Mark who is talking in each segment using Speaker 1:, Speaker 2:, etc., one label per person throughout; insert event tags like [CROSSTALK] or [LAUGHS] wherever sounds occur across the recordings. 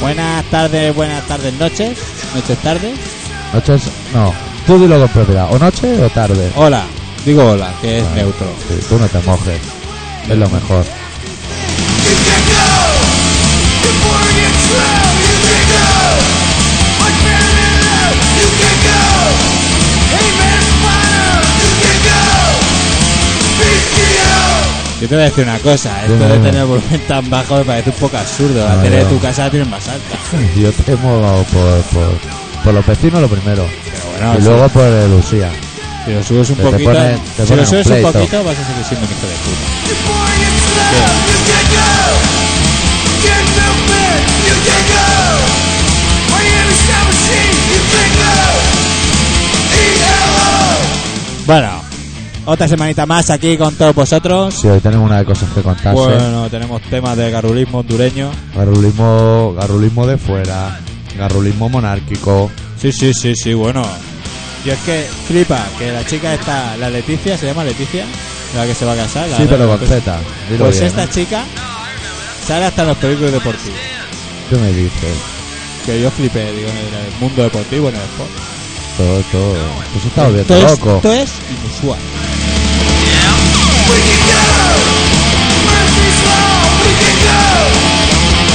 Speaker 1: Buenas tardes, buenas tardes, noches. Noches, tardes.
Speaker 2: Noches, no. Tú dilo con propiedad. O noche o tarde.
Speaker 1: Hola. Digo hola, que es neutro.
Speaker 2: Sí, tú no te mojes. Es lo mejor.
Speaker 3: You can't go before it gets real. You can't go. I can't live. You can't go. Hey man, it's fire. You can't go. BCO.
Speaker 1: Yo te voy a decir una cosa. Esto
Speaker 2: Dime,
Speaker 1: de
Speaker 2: dime.
Speaker 1: tener el volumen tan bajo me parece un poco absurdo. La
Speaker 2: Vale,
Speaker 1: tele de
Speaker 2: vale.
Speaker 1: tu casa la tienes más alta.
Speaker 2: Yo temo por, por, por los vecinos lo primero.
Speaker 1: Pero bueno,
Speaker 2: y luego por el Lucía.
Speaker 1: si, si lo subes un
Speaker 2: te
Speaker 1: poquito,
Speaker 2: pone- te
Speaker 1: si
Speaker 2: pone
Speaker 1: lo
Speaker 2: un
Speaker 1: subes un
Speaker 2: pleito.
Speaker 1: poquito vas a seguir siendo un hijo de puta.
Speaker 3: Before it gets real. You can't go. Get no bed. You can't go. Miami Sound Machine. You can't go. ELO.
Speaker 1: Bueno, otra semanita más aquí con todos vosotros.
Speaker 2: Si hoy tenemos una de cosas que contarse.
Speaker 1: Bueno, tenemos temas de garulismo hondureño.
Speaker 2: Garrulismo, garrulismo de fuera. Garrulismo monárquico.
Speaker 1: Sí, sí, sí, sí, bueno. Yo es que flipa que la chica está, la Leticia, se llama Leticia, la que se va a casar. la-
Speaker 2: Sí, pero
Speaker 1: la-
Speaker 2: con Z. Dilo
Speaker 1: Pues
Speaker 2: bien,
Speaker 1: esta
Speaker 2: ¿eh?
Speaker 1: chica sale hasta en los periódicos deportivos.
Speaker 2: ¿Qué me dices?
Speaker 1: Que yo flipé, digo, en el mundo deportivo, en el sport.
Speaker 2: Todo, todo. Pues está
Speaker 1: Esto
Speaker 2: volviendo
Speaker 1: es,
Speaker 2: loco.
Speaker 1: esto es inusual.
Speaker 3: We can go. Murphy's Law. We can go.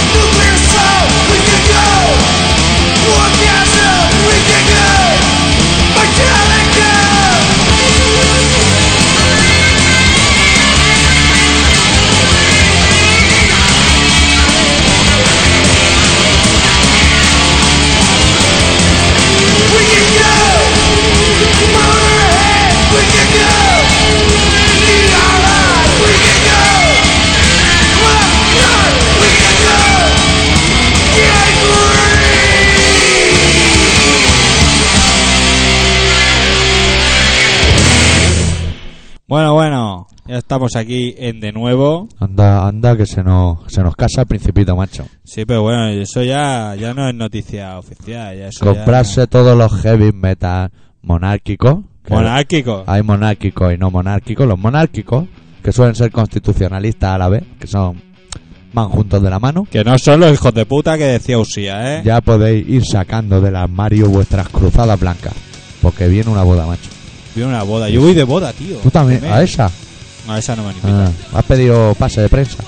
Speaker 3: Nuclear assault. We can go. Orgasm. We can go. Metallica. We can go. Motorhead. We can go. Need our life. We can go. Rock night. We can go. Get green.
Speaker 1: Bueno, bueno, ya estamos aquí en de nuevo.
Speaker 2: Anda, anda, que se nos, se nos casa el principito, macho.
Speaker 1: Sí, pero bueno, eso ya, ya no es noticia oficial. Ya eso ya-
Speaker 2: Comprarse todos los heavy metal monárquicos. que
Speaker 1: Monárquico.
Speaker 2: Hay monárquicos y no monárquicos. Los monárquicos, que suelen ser constitucionalistas árabes, que son van juntos de la mano.
Speaker 1: Que no son los hijos de puta que decía Usía, ¿eh?
Speaker 2: Ya podéis ir sacando del armario vuestras cruzadas blancas. Porque viene una boda, macho.
Speaker 1: Viene una boda. Yo voy de boda, tío.
Speaker 2: ¿Tú también?
Speaker 1: Dime.
Speaker 2: ¿A esa?
Speaker 1: No, esa no me han invitado.
Speaker 2: Ah, ¿Has pedido pase de prensa?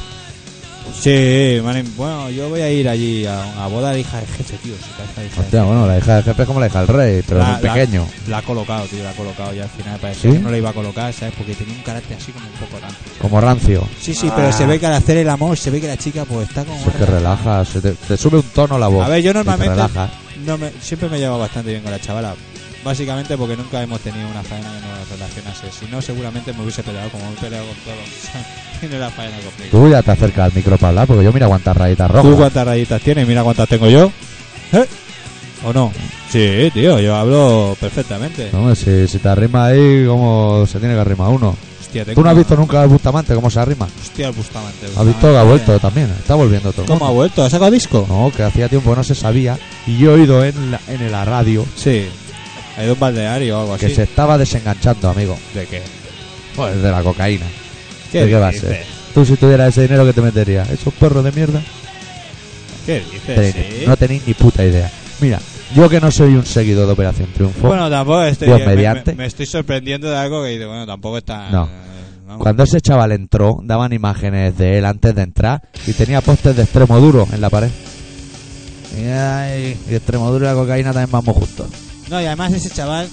Speaker 1: Sí, me han in- bueno, yo voy a ir allí a, a boda de la hija del jefe, tío. Si la hija del jefe.
Speaker 2: Hostia, bueno, la hija del jefe es como la hija del rey, pero
Speaker 1: La-
Speaker 2: es un pequeño.
Speaker 1: La ha colocado, tío, la ha colocado ya al final. Parecía
Speaker 2: ¿Sí?
Speaker 1: que no la iba a colocar, ¿sabes? Porque tenía un carácter así como un poco Ah. rancio.
Speaker 2: Como rancio.
Speaker 1: Sí, sí, pero se ve que al hacer el amor, se ve que la chica pues está como...
Speaker 2: Eso es que relaja, se te, te sube un tono la voz.
Speaker 1: A ver, yo
Speaker 2: y te
Speaker 1: normalmente-
Speaker 2: relaja.
Speaker 1: No me- siempre me he llevado bastante bien con la chavala. Básicamente porque nunca hemos tenido una faena que nos relacionase. Si no, seguramente me hubiese peleado como me he peleado con todos. [LAUGHS] Tiene la faena conmigo.
Speaker 2: Tú ya te acercas al micro para hablar, porque yo mira cuántas rayitas
Speaker 1: ¿Tú
Speaker 2: rojas.
Speaker 1: cuántas rayitas tienes? Mira cuántas tengo yo. ¿Eh? ¿O no? Sí, tío, yo hablo perfectamente.
Speaker 2: No, si, si te arrima ahí, como se tiene que arrimar uno.
Speaker 1: Hostia, tengo
Speaker 2: ¿Tú no has
Speaker 1: una-
Speaker 2: visto nunca a Bustamante cómo se arrima?
Speaker 1: Hostia, Bustamante.
Speaker 2: ¿Has
Speaker 1: Bustamante.
Speaker 2: visto que ha vuelto también? Está volviendo todo. el
Speaker 1: ¿Cómo ha
Speaker 2: mundo.
Speaker 1: vuelto? ¿Ha sacado disco?
Speaker 2: No, que hacía tiempo que no se sabía. Y yo he oído en la, en la radio
Speaker 1: Sí. Hay un balneario o algo
Speaker 2: que
Speaker 1: así.
Speaker 2: se estaba desenganchando, amigo.
Speaker 1: ¿De qué?
Speaker 2: Pues de la cocaína. este? ¿De qué va a
Speaker 1: dices?
Speaker 2: ser? Tú si tuvieras ese dinero que te meterías, esos perros de mierda.
Speaker 1: ¿Qué
Speaker 2: Tenéis-
Speaker 1: dices? Sí.
Speaker 2: No tenéis ni puta idea. Mira, yo que no soy un seguidor de Operación Triunfo,
Speaker 1: Bueno, tampoco estoy.
Speaker 2: Dios
Speaker 1: me- me-
Speaker 2: mediante.
Speaker 1: Me, estoy sorprendiendo de algo que dice, bueno, tampoco está. eh,
Speaker 2: No.
Speaker 1: vamos.
Speaker 2: cuando ese chaval entró, daban imágenes de él antes de entrar y tenía postes de extremo duro en la pared. Y, ay, y extremo duro y la cocaína también vamos juntos.
Speaker 1: No, y además ese chaval,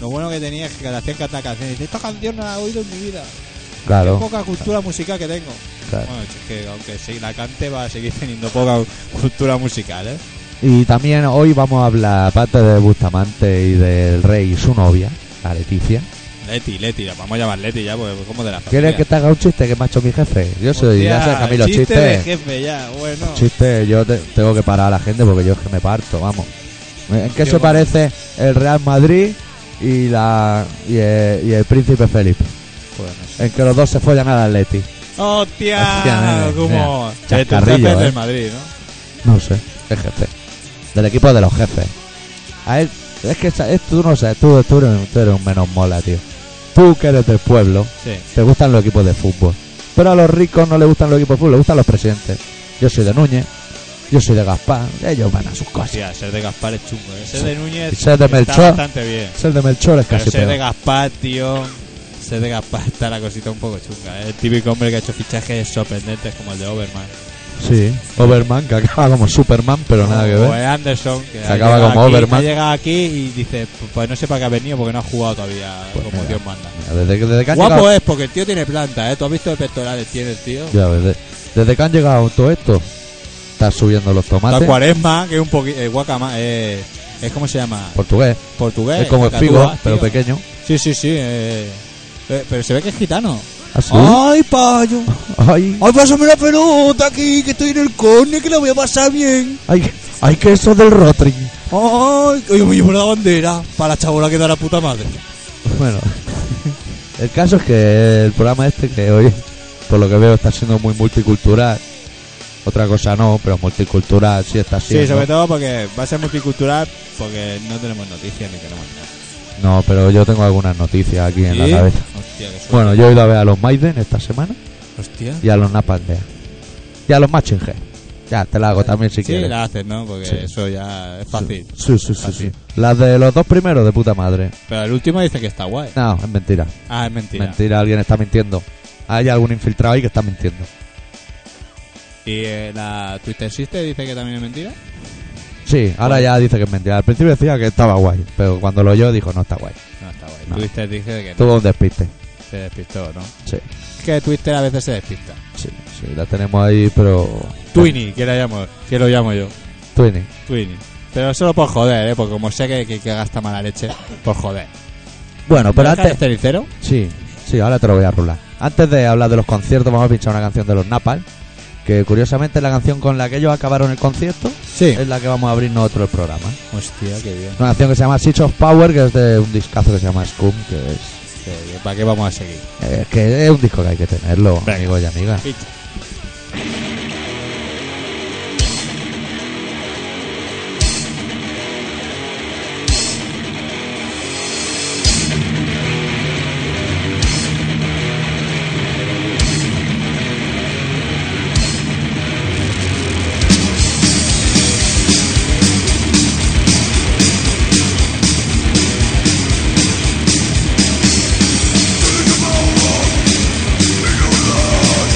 Speaker 1: lo bueno que tenía es que cada cierta canción dice, esta canción no la he oído en mi vida. Qué
Speaker 2: Claro,
Speaker 1: poca cultura musical que tengo.
Speaker 2: claro.
Speaker 1: Bueno, es que aunque sí la cante, va a seguir teniendo poca cultura musical, ¿eh?
Speaker 2: Y también hoy vamos a hablar, aparte de Bustamante y del rey y su novia, la Leticia.
Speaker 1: Leti, Leti, la vamos a llamar Leti ya, porque como de la
Speaker 2: ¿Quieres
Speaker 1: familia.
Speaker 2: que te haga un chiste que me ha hecho mi jefe? Yo soy, ya
Speaker 1: Hostia,
Speaker 2: sabes que a mí los
Speaker 1: chiste
Speaker 2: chistes.
Speaker 1: de jefe ya, bueno.
Speaker 2: chiste, yo te- tengo que parar a la gente porque yo es que me parto, vamos. ¿En qué
Speaker 1: Yo
Speaker 2: se
Speaker 1: vamos.
Speaker 2: parece el Real Madrid y la y el, y el Príncipe Felipe?
Speaker 1: Joder, no sé.
Speaker 2: En que los dos se follan al Atleti. Hostia,
Speaker 1: ¡Hostia!
Speaker 2: nene,
Speaker 1: Como...
Speaker 2: mira,
Speaker 1: Pero tú
Speaker 2: chascarrillo,
Speaker 1: estás
Speaker 2: ¿eh?
Speaker 1: del Madrid, ¿no?
Speaker 2: No sé, el jefe. Del equipo de los jefes. A él, es que esa- es- tú no sabes, tú, tú eres, tú eres un menos mola, tío. Tú que eres del pueblo,
Speaker 1: Sí.
Speaker 2: te gustan los equipos de fútbol. Pero a los ricos no les gustan los equipos de fútbol, les gustan los presidentes. Yo soy de Núñez, Yo soy de Gaspar, ellos van a sus cosas.
Speaker 1: Hostia, ser de Gaspar es chungo. ¿eh? Ser de Núñez
Speaker 2: Y ser de
Speaker 1: está
Speaker 2: Melchor,
Speaker 1: bastante bien.
Speaker 2: ser de Melchor es
Speaker 1: Pero
Speaker 2: casi
Speaker 1: ser de
Speaker 2: peor.
Speaker 1: Gaspar, tío. Ser de Gaspar está la cosita un poco chunga. ¿eh? El típico hombre que ha hecho fichajes sorprendentes como el de Overman.
Speaker 2: Sí, Overman, que acaba como Superman, pero nada que
Speaker 1: o
Speaker 2: ver.
Speaker 1: el Anderson, que ha
Speaker 2: acaba
Speaker 1: llegado
Speaker 2: como
Speaker 1: aquí,
Speaker 2: Overman.
Speaker 1: Ha llegado aquí y dice: Pues no sé para qué ha venido porque no ha jugado todavía
Speaker 2: Pues
Speaker 1: como
Speaker 2: mira.
Speaker 1: Dios manda.
Speaker 2: Mira, Desde que, desde que han
Speaker 1: Guapo eh.
Speaker 2: llegado,
Speaker 1: es porque el tío tiene planta, ¿eh? Tú has visto el pectorales tiene el tío.
Speaker 2: Ya, desde, desde que han llegado todo esto, están subiendo los
Speaker 1: La
Speaker 2: tomates.
Speaker 1: cuaresma, que es un poquito. Eh, guacama, eh, es como se llama.
Speaker 2: Portugués,
Speaker 1: Portugués.
Speaker 2: es como el
Speaker 1: cacatúa,
Speaker 2: figo, pero
Speaker 1: Eh, tío.
Speaker 2: pequeño.
Speaker 1: Sí, sí, sí. eh, eh, pero se ve que es gitano.
Speaker 2: Así.
Speaker 1: ¡Ay, payo!
Speaker 2: Ay,
Speaker 1: ¡Ay, pásame la pelota aquí! ¡Que estoy en el cone! ¡Que la voy a pasar bien!
Speaker 2: ay, ay, que eso del Rotring.
Speaker 1: ¡Ay! ¡Oye, me llevo la bandera! Para la chabola que da la puta madre.
Speaker 2: Bueno, [LAUGHS] el caso es que el programa este que hoy, por lo que veo, está siendo muy multicultural. Otra cosa no, pero multicultural sí está
Speaker 1: Sí,
Speaker 2: siendo.
Speaker 1: sobre todo porque va a ser multicultural porque no tenemos noticias ni queremos nada.
Speaker 2: No, pero yo tengo algunas noticias aquí en la
Speaker 1: ¿Sí?
Speaker 2: cabeza.
Speaker 1: Hostia, qué suerte.
Speaker 2: Bueno, yo he ido a ver a los Maiden esta semana
Speaker 1: Hostia.
Speaker 2: y a los Napandea. Y a los Machine Head. Ya, te la hago también si
Speaker 1: sí,
Speaker 2: quieres.
Speaker 1: la haces, ¿no? Porque
Speaker 2: Sí.
Speaker 1: eso ya es fácil.
Speaker 2: Sí, sí, sí,
Speaker 1: Fácil.
Speaker 2: sí. Las de los dos primeros, de puta madre.
Speaker 1: Pero el último dice que está guay.
Speaker 2: No, es mentira.
Speaker 1: Ah, es mentira.
Speaker 2: Mentira, alguien está mintiendo. Hay algún infiltrado ahí que está mintiendo.
Speaker 1: ¿Y eh, la Twitter Sister dice que también es mentira?
Speaker 2: Sí, ahora ya dice que es mentira. Al principio decía que estaba guay, pero cuando lo oyó dijo no está guay.
Speaker 1: No, está guay.
Speaker 2: No.
Speaker 1: Twitter dice que no,
Speaker 2: Tuvo un despiste.
Speaker 1: se despistó, ¿no?
Speaker 2: Sí,
Speaker 1: Es que Twitter a veces se despista.
Speaker 2: sí, sí, la tenemos ahí, pero.
Speaker 1: Twini, que, la llamo, que lo llamo yo.
Speaker 2: Twinny.
Speaker 1: Twini. Pero solo por joder, ¿eh? Porque como sé que, que, que gasta mala leche, por joder.
Speaker 2: Bueno, pero
Speaker 1: ¿No dejas
Speaker 2: antes.
Speaker 1: de cenicero?
Speaker 2: Sí, sí, ahora te lo voy a rular. Antes de hablar de los conciertos, vamos a pinchar una canción de los Napalm. Que curiosamente la canción con la que ellos acabaron el concierto
Speaker 1: Sí.
Speaker 2: es la que vamos a abrir nosotros el programa.
Speaker 1: Hostia, qué bien.
Speaker 2: Una canción que se llama Six of Power, que es de un discazo que se llama Scum, que es,
Speaker 1: Qué bien. ¿Para qué vamos a seguir?
Speaker 2: eh, que es un disco que hay que tenerlo,
Speaker 1: Venga.
Speaker 2: amigos y amigas.
Speaker 1: Pincha.
Speaker 3: Think about love in your life.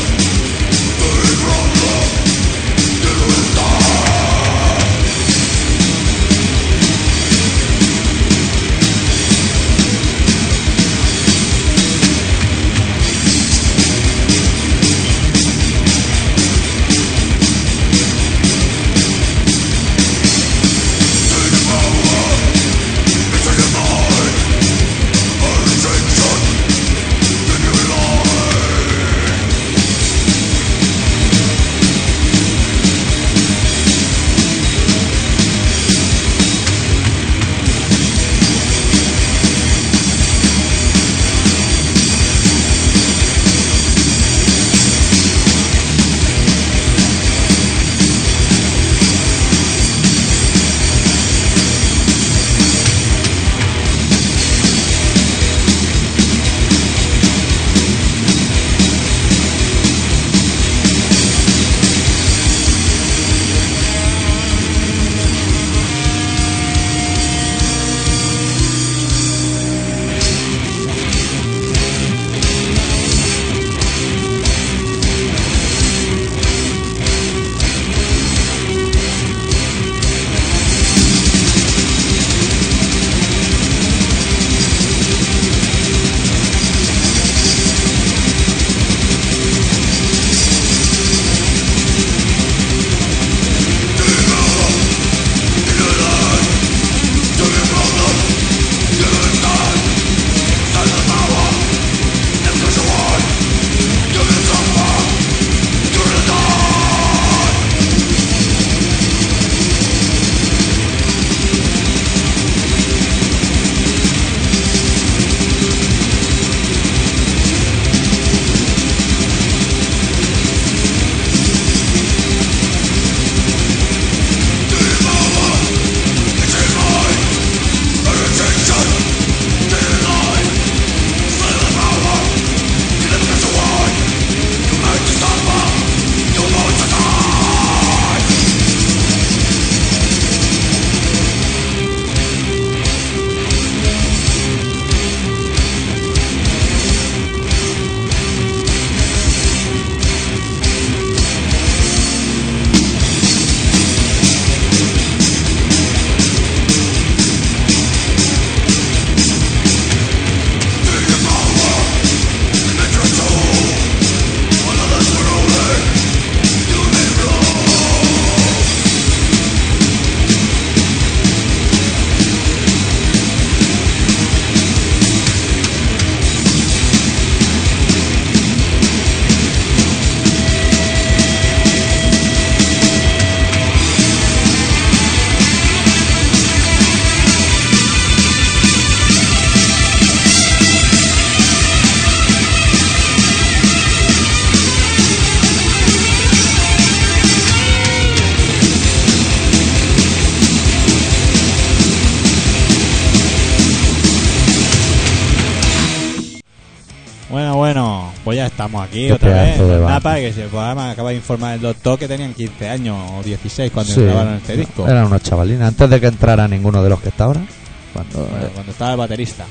Speaker 1: pues ya estamos aquí
Speaker 2: Qué
Speaker 1: otra vez.
Speaker 2: pedazo de banda.
Speaker 1: Napa, que se pues, además acaba de informar el doctor que tenían 15 años o 16 cuando
Speaker 2: Sí.
Speaker 1: grabaron este disco.
Speaker 2: Eran unos chavalines. Antes de que entrara ninguno de los que está ahora. Cuando,
Speaker 1: Bueno, cuando estaba el baterista,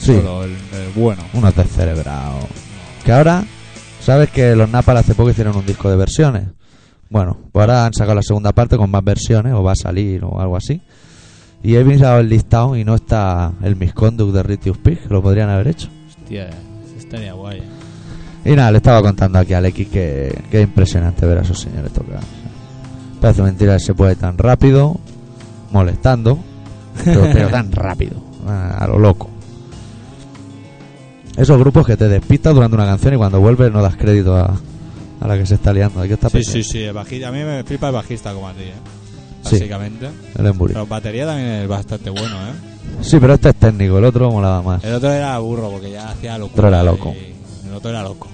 Speaker 2: sí,
Speaker 1: solo el, el bueno.
Speaker 2: unos descerebrados. Que ahora, sabes que los Napal hace poco hicieron un disco de versiones. Bueno, pues ahora han sacado la segunda parte con más versiones, o va a salir, o algo así. Y he mirado el listado y no está el Misconduct de Ritius Pig, que lo podrían haber hecho.
Speaker 1: Hostia, eso estaría guay. [LAUGHS] ¿eh?
Speaker 2: Y nada, le estaba contando aquí a Aleki que, que es impresionante ver a esos señores tocar. Parece mentira que se puede tan rápido, molestando, pero,
Speaker 1: [LAUGHS]
Speaker 2: pero tan rápido, a, a lo loco. Esos grupos que te despistas durante una canción y cuando vuelves no das crédito a, a la que se está liando. Hay que estar
Speaker 1: Sí, sí,
Speaker 2: pendiente.
Speaker 1: sí, el bajista. A mí me flipa el bajista como a ti, ¿eh?
Speaker 2: Sí.
Speaker 1: básicamente.
Speaker 2: El emburi.
Speaker 1: Pero batería también es bastante bueno, ¿eh?
Speaker 2: Sí, pero este es técnico, el otro molaba más.
Speaker 1: El otro era burro porque ya hacía locura.
Speaker 2: Otro era loco.
Speaker 1: y El otro era loco.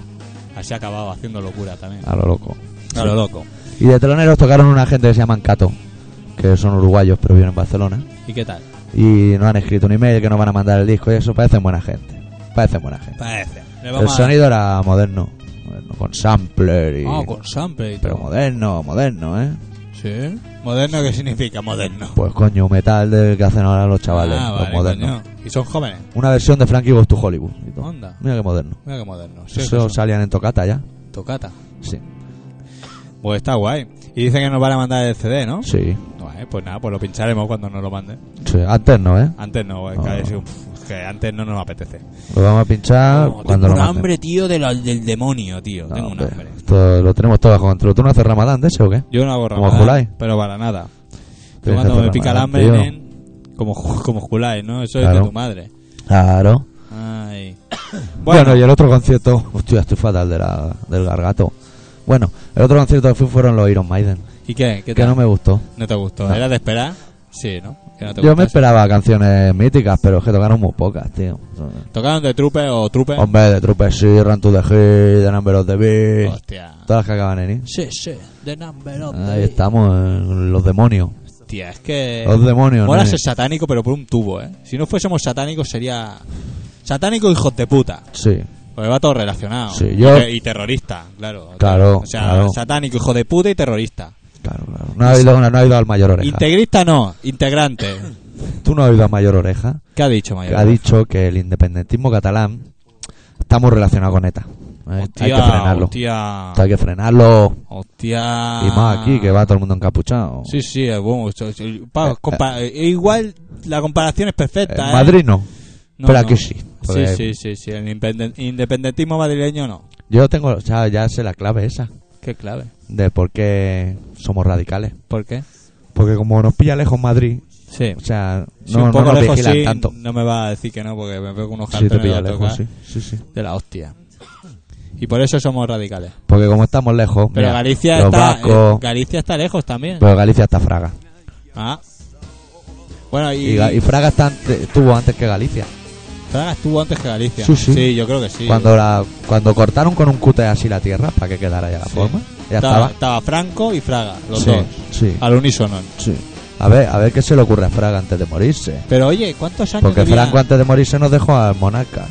Speaker 1: Así acababa haciendo locura también.
Speaker 2: A lo loco.
Speaker 1: A lo loco.
Speaker 2: Y de teloneros tocaron una gente que se llaman Cato, que son uruguayos pero viven en Barcelona.
Speaker 1: ¿Y qué tal?
Speaker 2: y nos han escrito un email que nos van a mandar el disco y eso parecen buena gente. Parecen buena gente.
Speaker 1: Parece. Le
Speaker 2: El
Speaker 1: vamos a-
Speaker 2: sonido era moderno, moderno, con sampler y
Speaker 1: Ah, con sample y
Speaker 2: pero
Speaker 1: todo.
Speaker 2: moderno, moderno, ¿eh?
Speaker 1: Sí. ¿Moderno qué significa moderno?
Speaker 2: Pues coño, metal del que hacen ahora los chavales,
Speaker 1: ah,
Speaker 2: los
Speaker 1: vale,
Speaker 2: modernos.
Speaker 1: coño. Y son jóvenes.
Speaker 2: Una versión de Frankie Goes to Hollywood. y todo.
Speaker 1: Onda.
Speaker 2: Mira qué moderno.
Speaker 1: Mira qué moderno. Sí,
Speaker 2: Eso
Speaker 1: eso.
Speaker 2: salían en tocata ya.
Speaker 1: Tocata.
Speaker 2: Sí.
Speaker 1: Pues está guay. Y dicen que nos van a mandar el CD, ¿no?
Speaker 2: Sí.
Speaker 1: Vale, pues nada, pues lo pincharemos cuando nos lo manden.
Speaker 2: Sí, antes no, ¿eh?
Speaker 1: Antes no, es
Speaker 2: No.
Speaker 1: que, ha sido- es que antes no nos apetece.
Speaker 2: Lo vamos a pinchar
Speaker 1: No,
Speaker 2: Ah, cuando
Speaker 1: tengo
Speaker 2: lo
Speaker 1: un
Speaker 2: manden.
Speaker 1: hambre, tío, de la- del demonio, tío.
Speaker 2: No,
Speaker 1: tengo un
Speaker 2: hombre,
Speaker 1: hambre.
Speaker 2: esto lo tenemos todo bajo control. ¿Tú no haces ramadán de ese o qué?
Speaker 1: Yo no hago
Speaker 2: Como
Speaker 1: ramadán,
Speaker 2: Julai.
Speaker 1: pero para nada. Yo
Speaker 2: Tienes que
Speaker 1: cuando
Speaker 2: hacer
Speaker 1: me pica el
Speaker 2: ramadán,
Speaker 1: hambre,
Speaker 2: tío.
Speaker 1: nen, como, ju- como Julai, ¿no? Eso es de
Speaker 2: Claro.
Speaker 1: tu madre.
Speaker 2: Claro. [COUGHS]
Speaker 1: Ay.
Speaker 2: Bueno, y el otro concierto. Hostia, estoy fatal de la- del gargato. Bueno, el otro concierto que fui fueron los Iron Maiden.
Speaker 1: ¿y qué? ¿Qué
Speaker 2: Que
Speaker 1: tal?
Speaker 2: no me gustó.
Speaker 1: ¿No te gustó?
Speaker 2: No.
Speaker 1: ¿Era de esperar? Sí, ¿no? Que no te
Speaker 2: Yo me
Speaker 1: gustase.
Speaker 2: esperaba canciones míticas, pero es que tocaron muy pocas, tío.
Speaker 1: ¿Tocaron de trupe o trupe?
Speaker 2: Hombre, de Trupe sí, Run to the Hill, The Number of the Beast.
Speaker 1: Hostia.
Speaker 2: Todas las que acaban en I.
Speaker 1: Sí, sí. The number of
Speaker 2: Ahí estamos, eh, los demonios.
Speaker 1: Hostia, es que...
Speaker 2: Los demonios,
Speaker 1: Mola
Speaker 2: ¿no?
Speaker 1: ser satánico, pero por un tubo, ¿eh? Si no fuésemos satánicos sería... Satánico hijos de puta.
Speaker 2: Sí.
Speaker 1: Porque va todo relacionado.
Speaker 2: Sí, yo-
Speaker 1: Y, y terrorista, claro.
Speaker 2: Claro,
Speaker 1: O sea,
Speaker 2: claro.
Speaker 1: satánico, hijo de puta y terrorista.
Speaker 2: Claro, claro. No ha oído, no ha oído al mayor oreja.
Speaker 1: Integrista no, integrante.
Speaker 2: [COUGHS] Tú no has oído al mayor oreja.
Speaker 1: ¿Qué ha dicho,
Speaker 2: que
Speaker 1: Mayor?
Speaker 2: ha dicho que el independentismo catalán está muy relacionado con ETA. Eh,
Speaker 1: Hostia,
Speaker 2: hay que frenarlo.
Speaker 1: Hostia.
Speaker 2: Hay que frenarlo.
Speaker 1: Hostia.
Speaker 2: Y más aquí, que va todo el mundo encapuchado.
Speaker 1: Sí, sí, es bueno. esto- esto- pa- compa- eh, igual la comparación es
Speaker 2: En
Speaker 1: perfecta. ¿eh?
Speaker 2: Madrid no.
Speaker 1: No,
Speaker 2: pero
Speaker 1: no.
Speaker 2: aquí sí. Pues,
Speaker 1: Sí,
Speaker 2: Porque
Speaker 1: sí, sí, sí. El independen- independentismo madrileño no.
Speaker 2: Yo tengo, o sea, ya sé la clave esa
Speaker 1: Qué clave.
Speaker 2: de por qué somos radicales.
Speaker 1: ¿Por qué?
Speaker 2: Porque como nos pilla lejos Madrid,
Speaker 1: Sí.
Speaker 2: o sea,
Speaker 1: Si
Speaker 2: no,
Speaker 1: un poco
Speaker 2: no nos
Speaker 1: lejos
Speaker 2: vigilan
Speaker 1: sí,
Speaker 2: tanto.
Speaker 1: no me va a decir que no, porque me veo con unos
Speaker 2: Sí, te
Speaker 1: cartones
Speaker 2: pilla
Speaker 1: de
Speaker 2: lejos,
Speaker 1: autocar
Speaker 2: sí, sí, sí.
Speaker 1: de la hostia. Y por eso somos radicales.
Speaker 2: Porque como estamos lejos,
Speaker 1: Pero
Speaker 2: mira,
Speaker 1: Galicia
Speaker 2: los
Speaker 1: está eh,
Speaker 2: vascos,
Speaker 1: Galicia está lejos también.
Speaker 2: pero Galicia está Fraga.
Speaker 1: Ah. Bueno,
Speaker 2: Y,
Speaker 1: y,
Speaker 2: Ga- y Fraga está ante- estuvo antes que Galicia.
Speaker 1: Fraga estuvo antes que Galicia.
Speaker 2: Sí, sí.
Speaker 1: yo creo que sí.
Speaker 2: Cuando la, cuando cortaron con un cúter así la tierra para que quedara ya la forma,
Speaker 1: estaba,
Speaker 2: ya estaba.
Speaker 1: estaba Franco y Fraga, los
Speaker 2: sí,
Speaker 1: dos.
Speaker 2: sí,
Speaker 1: Al unísono.
Speaker 2: sí. A ver, a ver qué se le ocurre a Fraga antes de morirse.
Speaker 1: Pero oye, ¿cuántos años
Speaker 2: Porque
Speaker 1: tenía?
Speaker 2: Franco antes de morirse nos dejó al monarca.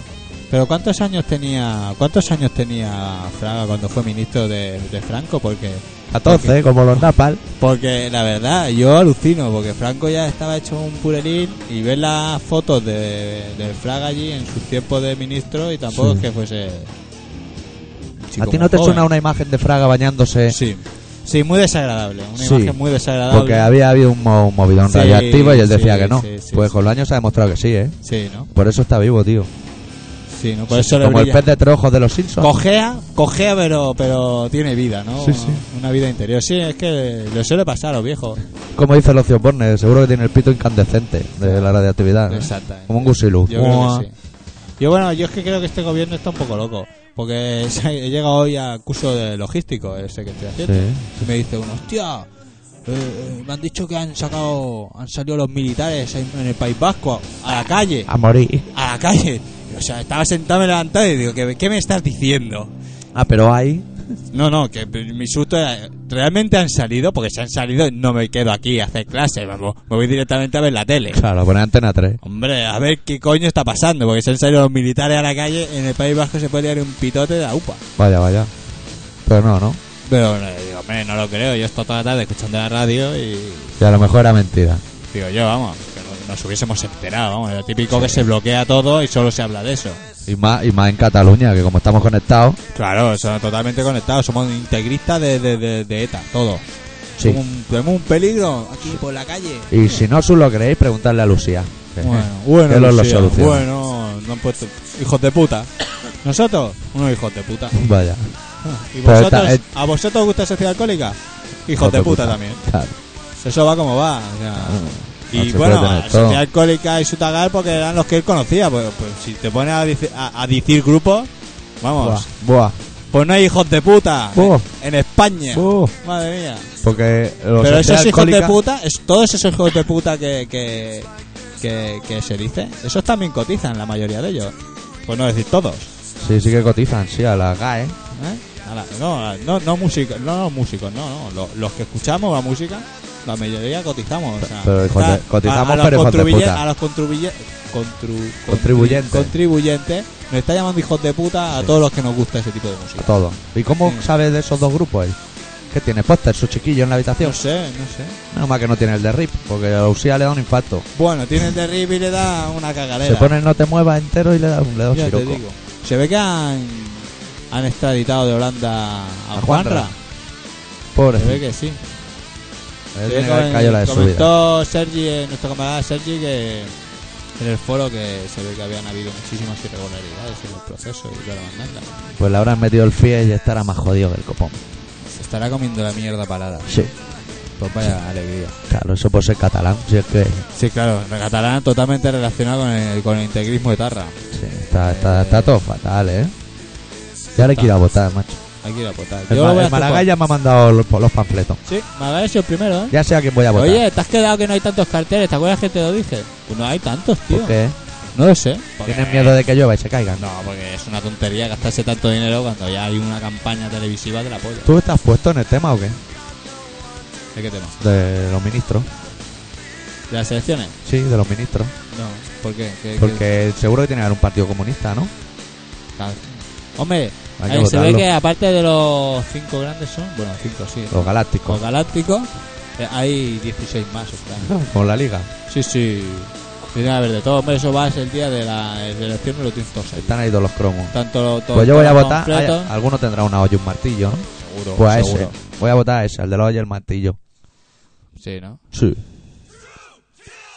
Speaker 1: Pero ¿cuántos años tenía cuántos años tenía Fraga cuando fue ministro de, de Franco? Porque
Speaker 2: Entonces, ¿eh? como
Speaker 1: [LAUGHS]
Speaker 2: los Napal,
Speaker 1: porque la verdad yo alucino porque Franco ya estaba hecho un purelín y ver las fotos de, de Fraga allí en sus tiempos de ministro y tampoco
Speaker 2: Sí.
Speaker 1: es que fuese un chico
Speaker 2: ¿a
Speaker 1: muy
Speaker 2: ti no te
Speaker 1: joven.
Speaker 2: suena una imagen de Fraga bañándose?
Speaker 1: Sí. Sí, muy desagradable, una
Speaker 2: Sí.
Speaker 1: imagen muy desagradable.
Speaker 2: Porque había habido un, mo- un movidón
Speaker 1: Ah, Sí,
Speaker 2: radioactivo y él
Speaker 1: sí,
Speaker 2: decía que no.
Speaker 1: sí, sí,
Speaker 2: pues
Speaker 1: sí.
Speaker 2: con los años se ha demostrado que sí, ¿eh?
Speaker 1: Sí, ¿no?
Speaker 2: Por eso está vivo, tío.
Speaker 1: Sí, ¿no? Por eso le
Speaker 2: Como el
Speaker 1: brilla.
Speaker 2: pez de tres ojos de los Simpsons.
Speaker 1: Cojea, cojea, pero, pero tiene vida, ¿no?
Speaker 2: Sí, sí.
Speaker 1: Una vida interior. Sí, es que le suele pasar a los viejos.
Speaker 2: Como dice el Ocio Borne, seguro que tiene el pito incandescente de la radioactividad. ¿eh?
Speaker 1: Exactamente.
Speaker 2: Como un gusilú.
Speaker 1: Yo creo que sí. Yo, bueno, yo es que creo que este gobierno está un poco loco. Porque [LAUGHS] he llegado hoy al curso de logístico, ese que estoy haciendo.
Speaker 2: Sí.
Speaker 1: Y me dice uno, hostia, eh, eh, me han dicho que han sacado, han salido los militares en en el País Vasco a la calle.
Speaker 2: A morir.
Speaker 1: A la calle. O sea, estaba sentado, me he levantado y digo, ¿qué, qué me estás diciendo?
Speaker 2: Ah, pero hay.
Speaker 1: No, no, que mi susto era, ¿realmente han salido? Porque si han salido, no me quedo aquí a hacer clase, vamos. Me voy directamente a ver la tele.
Speaker 2: Claro, poner antena 3.
Speaker 1: Hombre, a ver qué coño está pasando, porque si han salido los militares a la calle, en el País Vasco se puede liar un pitote de la UPA.
Speaker 2: Vaya, vaya. Pero no, ¿no?
Speaker 1: Pero eh, digo, hombre, no lo creo. Yo estoy toda la tarde escuchando la radio y
Speaker 2: Y a lo mejor era mentira.
Speaker 1: digo yo, vamos, que no- nos hubiésemos enterado, vamos. Lo típico que se bloquea todo y solo se habla de eso.
Speaker 2: Y más, y más en Cataluña, que como estamos conectados,
Speaker 1: Claro, son totalmente conectados, somos integristas de, de, de, de ETA, todo.
Speaker 2: sí.
Speaker 1: Somos un, tenemos un peligro aquí por la calle.
Speaker 2: Y si no os lo creéis, preguntadle a Lucía. [LAUGHS]
Speaker 1: Bueno, bueno,
Speaker 2: Él os lo
Speaker 1: Lucía,
Speaker 2: soluciona.
Speaker 1: bueno, no han puesto hijos de puta. Nosotros, unos hijos de puta.
Speaker 2: Vaya.
Speaker 1: ¿Y
Speaker 2: Pero
Speaker 1: vosotros,
Speaker 2: está- eh,
Speaker 1: ¿A vosotros os gusta sociedad alcohólica? Hijos de puta, también.
Speaker 2: Claro.
Speaker 1: Eso va como va. o sea.
Speaker 2: Ah, No
Speaker 1: y
Speaker 2: se
Speaker 1: bueno, a
Speaker 2: puede tener todo.
Speaker 1: sociedad alcohólica y Sutagar porque eran los que él conocía. Pues, pues si te pones a, dici- a- a decir grupos,
Speaker 2: Buah,
Speaker 1: vamos,
Speaker 2: buah,
Speaker 1: pues no hay hijos de puta
Speaker 2: Buah.
Speaker 1: en, en España.
Speaker 2: buah.
Speaker 1: Madre mía.
Speaker 2: Porque los
Speaker 1: Pero
Speaker 2: sociedad
Speaker 1: esos hijos de
Speaker 2: alcohólica-
Speaker 1: puta, es, todos esos hijos de puta que, que, que, que se dice, esos también cotizan la mayoría de ellos. Pues no decir todos.
Speaker 2: Sí, sí que cotizan, sí, a la GAE.
Speaker 1: ¿eh? A la- no, a- no, no músicos, no, no músicos, no, no. Lo- Los, que escuchamos la música, la mayoría cotizamos. o sea,
Speaker 2: Pero hijos de-
Speaker 1: está-
Speaker 2: cotizamos,
Speaker 1: a, a los
Speaker 2: pero hijos de
Speaker 1: contribuye-
Speaker 2: puta.
Speaker 1: A los contribuye- contru- contri-
Speaker 2: Contribuyentes.
Speaker 1: contribuyentes, nos está llamando hijos de puta a
Speaker 2: Sí.
Speaker 1: todos los que nos gusta ese tipo de
Speaker 2: A
Speaker 1: música.
Speaker 2: todos. ¿Y cómo
Speaker 1: Sí.
Speaker 2: sabes de esos dos grupos ahí? ¿Qué tiene? ¿Póster su chiquillo en la habitación?
Speaker 1: No sé, no sé.
Speaker 2: Nada más que no tiene el de RIP, porque a Lucía le da un impacto.
Speaker 1: Bueno, tiene el de Rip y le da una
Speaker 2: Se
Speaker 1: cagadera.
Speaker 2: pone el no te muevas entero y le da un dedo
Speaker 1: Ya te
Speaker 2: siroco.
Speaker 1: digo. Se ve que han, han extraditado de Holanda a,
Speaker 2: A Juanra.
Speaker 1: Juanra.
Speaker 2: Pobre.
Speaker 1: Se ve que sí.
Speaker 2: Él
Speaker 1: Se ve
Speaker 2: tiene que
Speaker 1: que
Speaker 2: haber caído la de su vida.
Speaker 1: comentó Sergi, eh, nuestro camarada Sergi, que en el foro que se ve que habían habido muchísimas irregularidades en el proceso y toda la mandanga.
Speaker 2: Pues le habrán metido el FIE y estará más jodido que el copón.
Speaker 1: Se estará comiendo la mierda parada.
Speaker 2: Sí,
Speaker 1: Pues vaya alegría.
Speaker 2: claro, eso por ser catalán. Si es que.
Speaker 1: Sí, claro, el catalán totalmente relacionado con el, con el integrismo de Tarra.
Speaker 2: sí, está, está, está todo fatal, ¿eh? Ya le
Speaker 1: Fatal.
Speaker 2: quiero votar, macho.
Speaker 1: Hay que ir a votar. Yo
Speaker 2: El,
Speaker 1: lo
Speaker 2: Ma-
Speaker 1: voy a
Speaker 2: el
Speaker 1: hacer
Speaker 2: Maragall ya me ha mandado los, los panfletos.
Speaker 1: por- Sí, Maragall es el primero, ¿eh?
Speaker 2: Ya sé a quién voy a votar.
Speaker 1: Oye, te has quedado que no hay tantos carteles, ¿te acuerdas que te lo dije? Pues no hay tantos, tío.
Speaker 2: ¿Por qué?
Speaker 1: No lo sé.
Speaker 2: ¿Tienen miedo de que llueva y se caigan?
Speaker 1: No, Ah, porque es una tontería gastarse tanto dinero cuando ya hay una campaña televisiva de la polla.
Speaker 2: ¿Tú estás puesto en el tema o qué?
Speaker 1: ¿De qué tema?
Speaker 2: De los ministros.
Speaker 1: ¿De las elecciones?
Speaker 2: Sí, de los ministros.
Speaker 1: No. ¿Por qué? ¿Qué- qué-
Speaker 2: Porque seguro que tiene que haber un partido comunista, ¿no?
Speaker 1: tal? Hombre,
Speaker 2: Hay que
Speaker 1: eh, se ve
Speaker 2: votarlo.
Speaker 1: que aparte de los cinco grandes son, bueno, cinco sí,
Speaker 2: Los galácticos.
Speaker 1: los galácticos, eh, hay 16 más, o sea.
Speaker 2: [LAUGHS] Con la liga.
Speaker 1: Sí, sí. Tiene que haber de todo. Hombre, eso va es el día de la de la elección de los 106.
Speaker 2: Están ahí todos los cromos.
Speaker 1: Tanto lo- todo-
Speaker 2: Pues yo voy a
Speaker 1: todo
Speaker 2: votar. Ah, hay-
Speaker 1: completo.
Speaker 2: alguno tendrá una olla y un martillo, ¿no?
Speaker 1: Seguro,
Speaker 2: Pues a
Speaker 1: seguro.
Speaker 2: ese. Voy a votar a ese, al de la olla y el martillo.
Speaker 1: Sí, ¿no?
Speaker 2: Sí.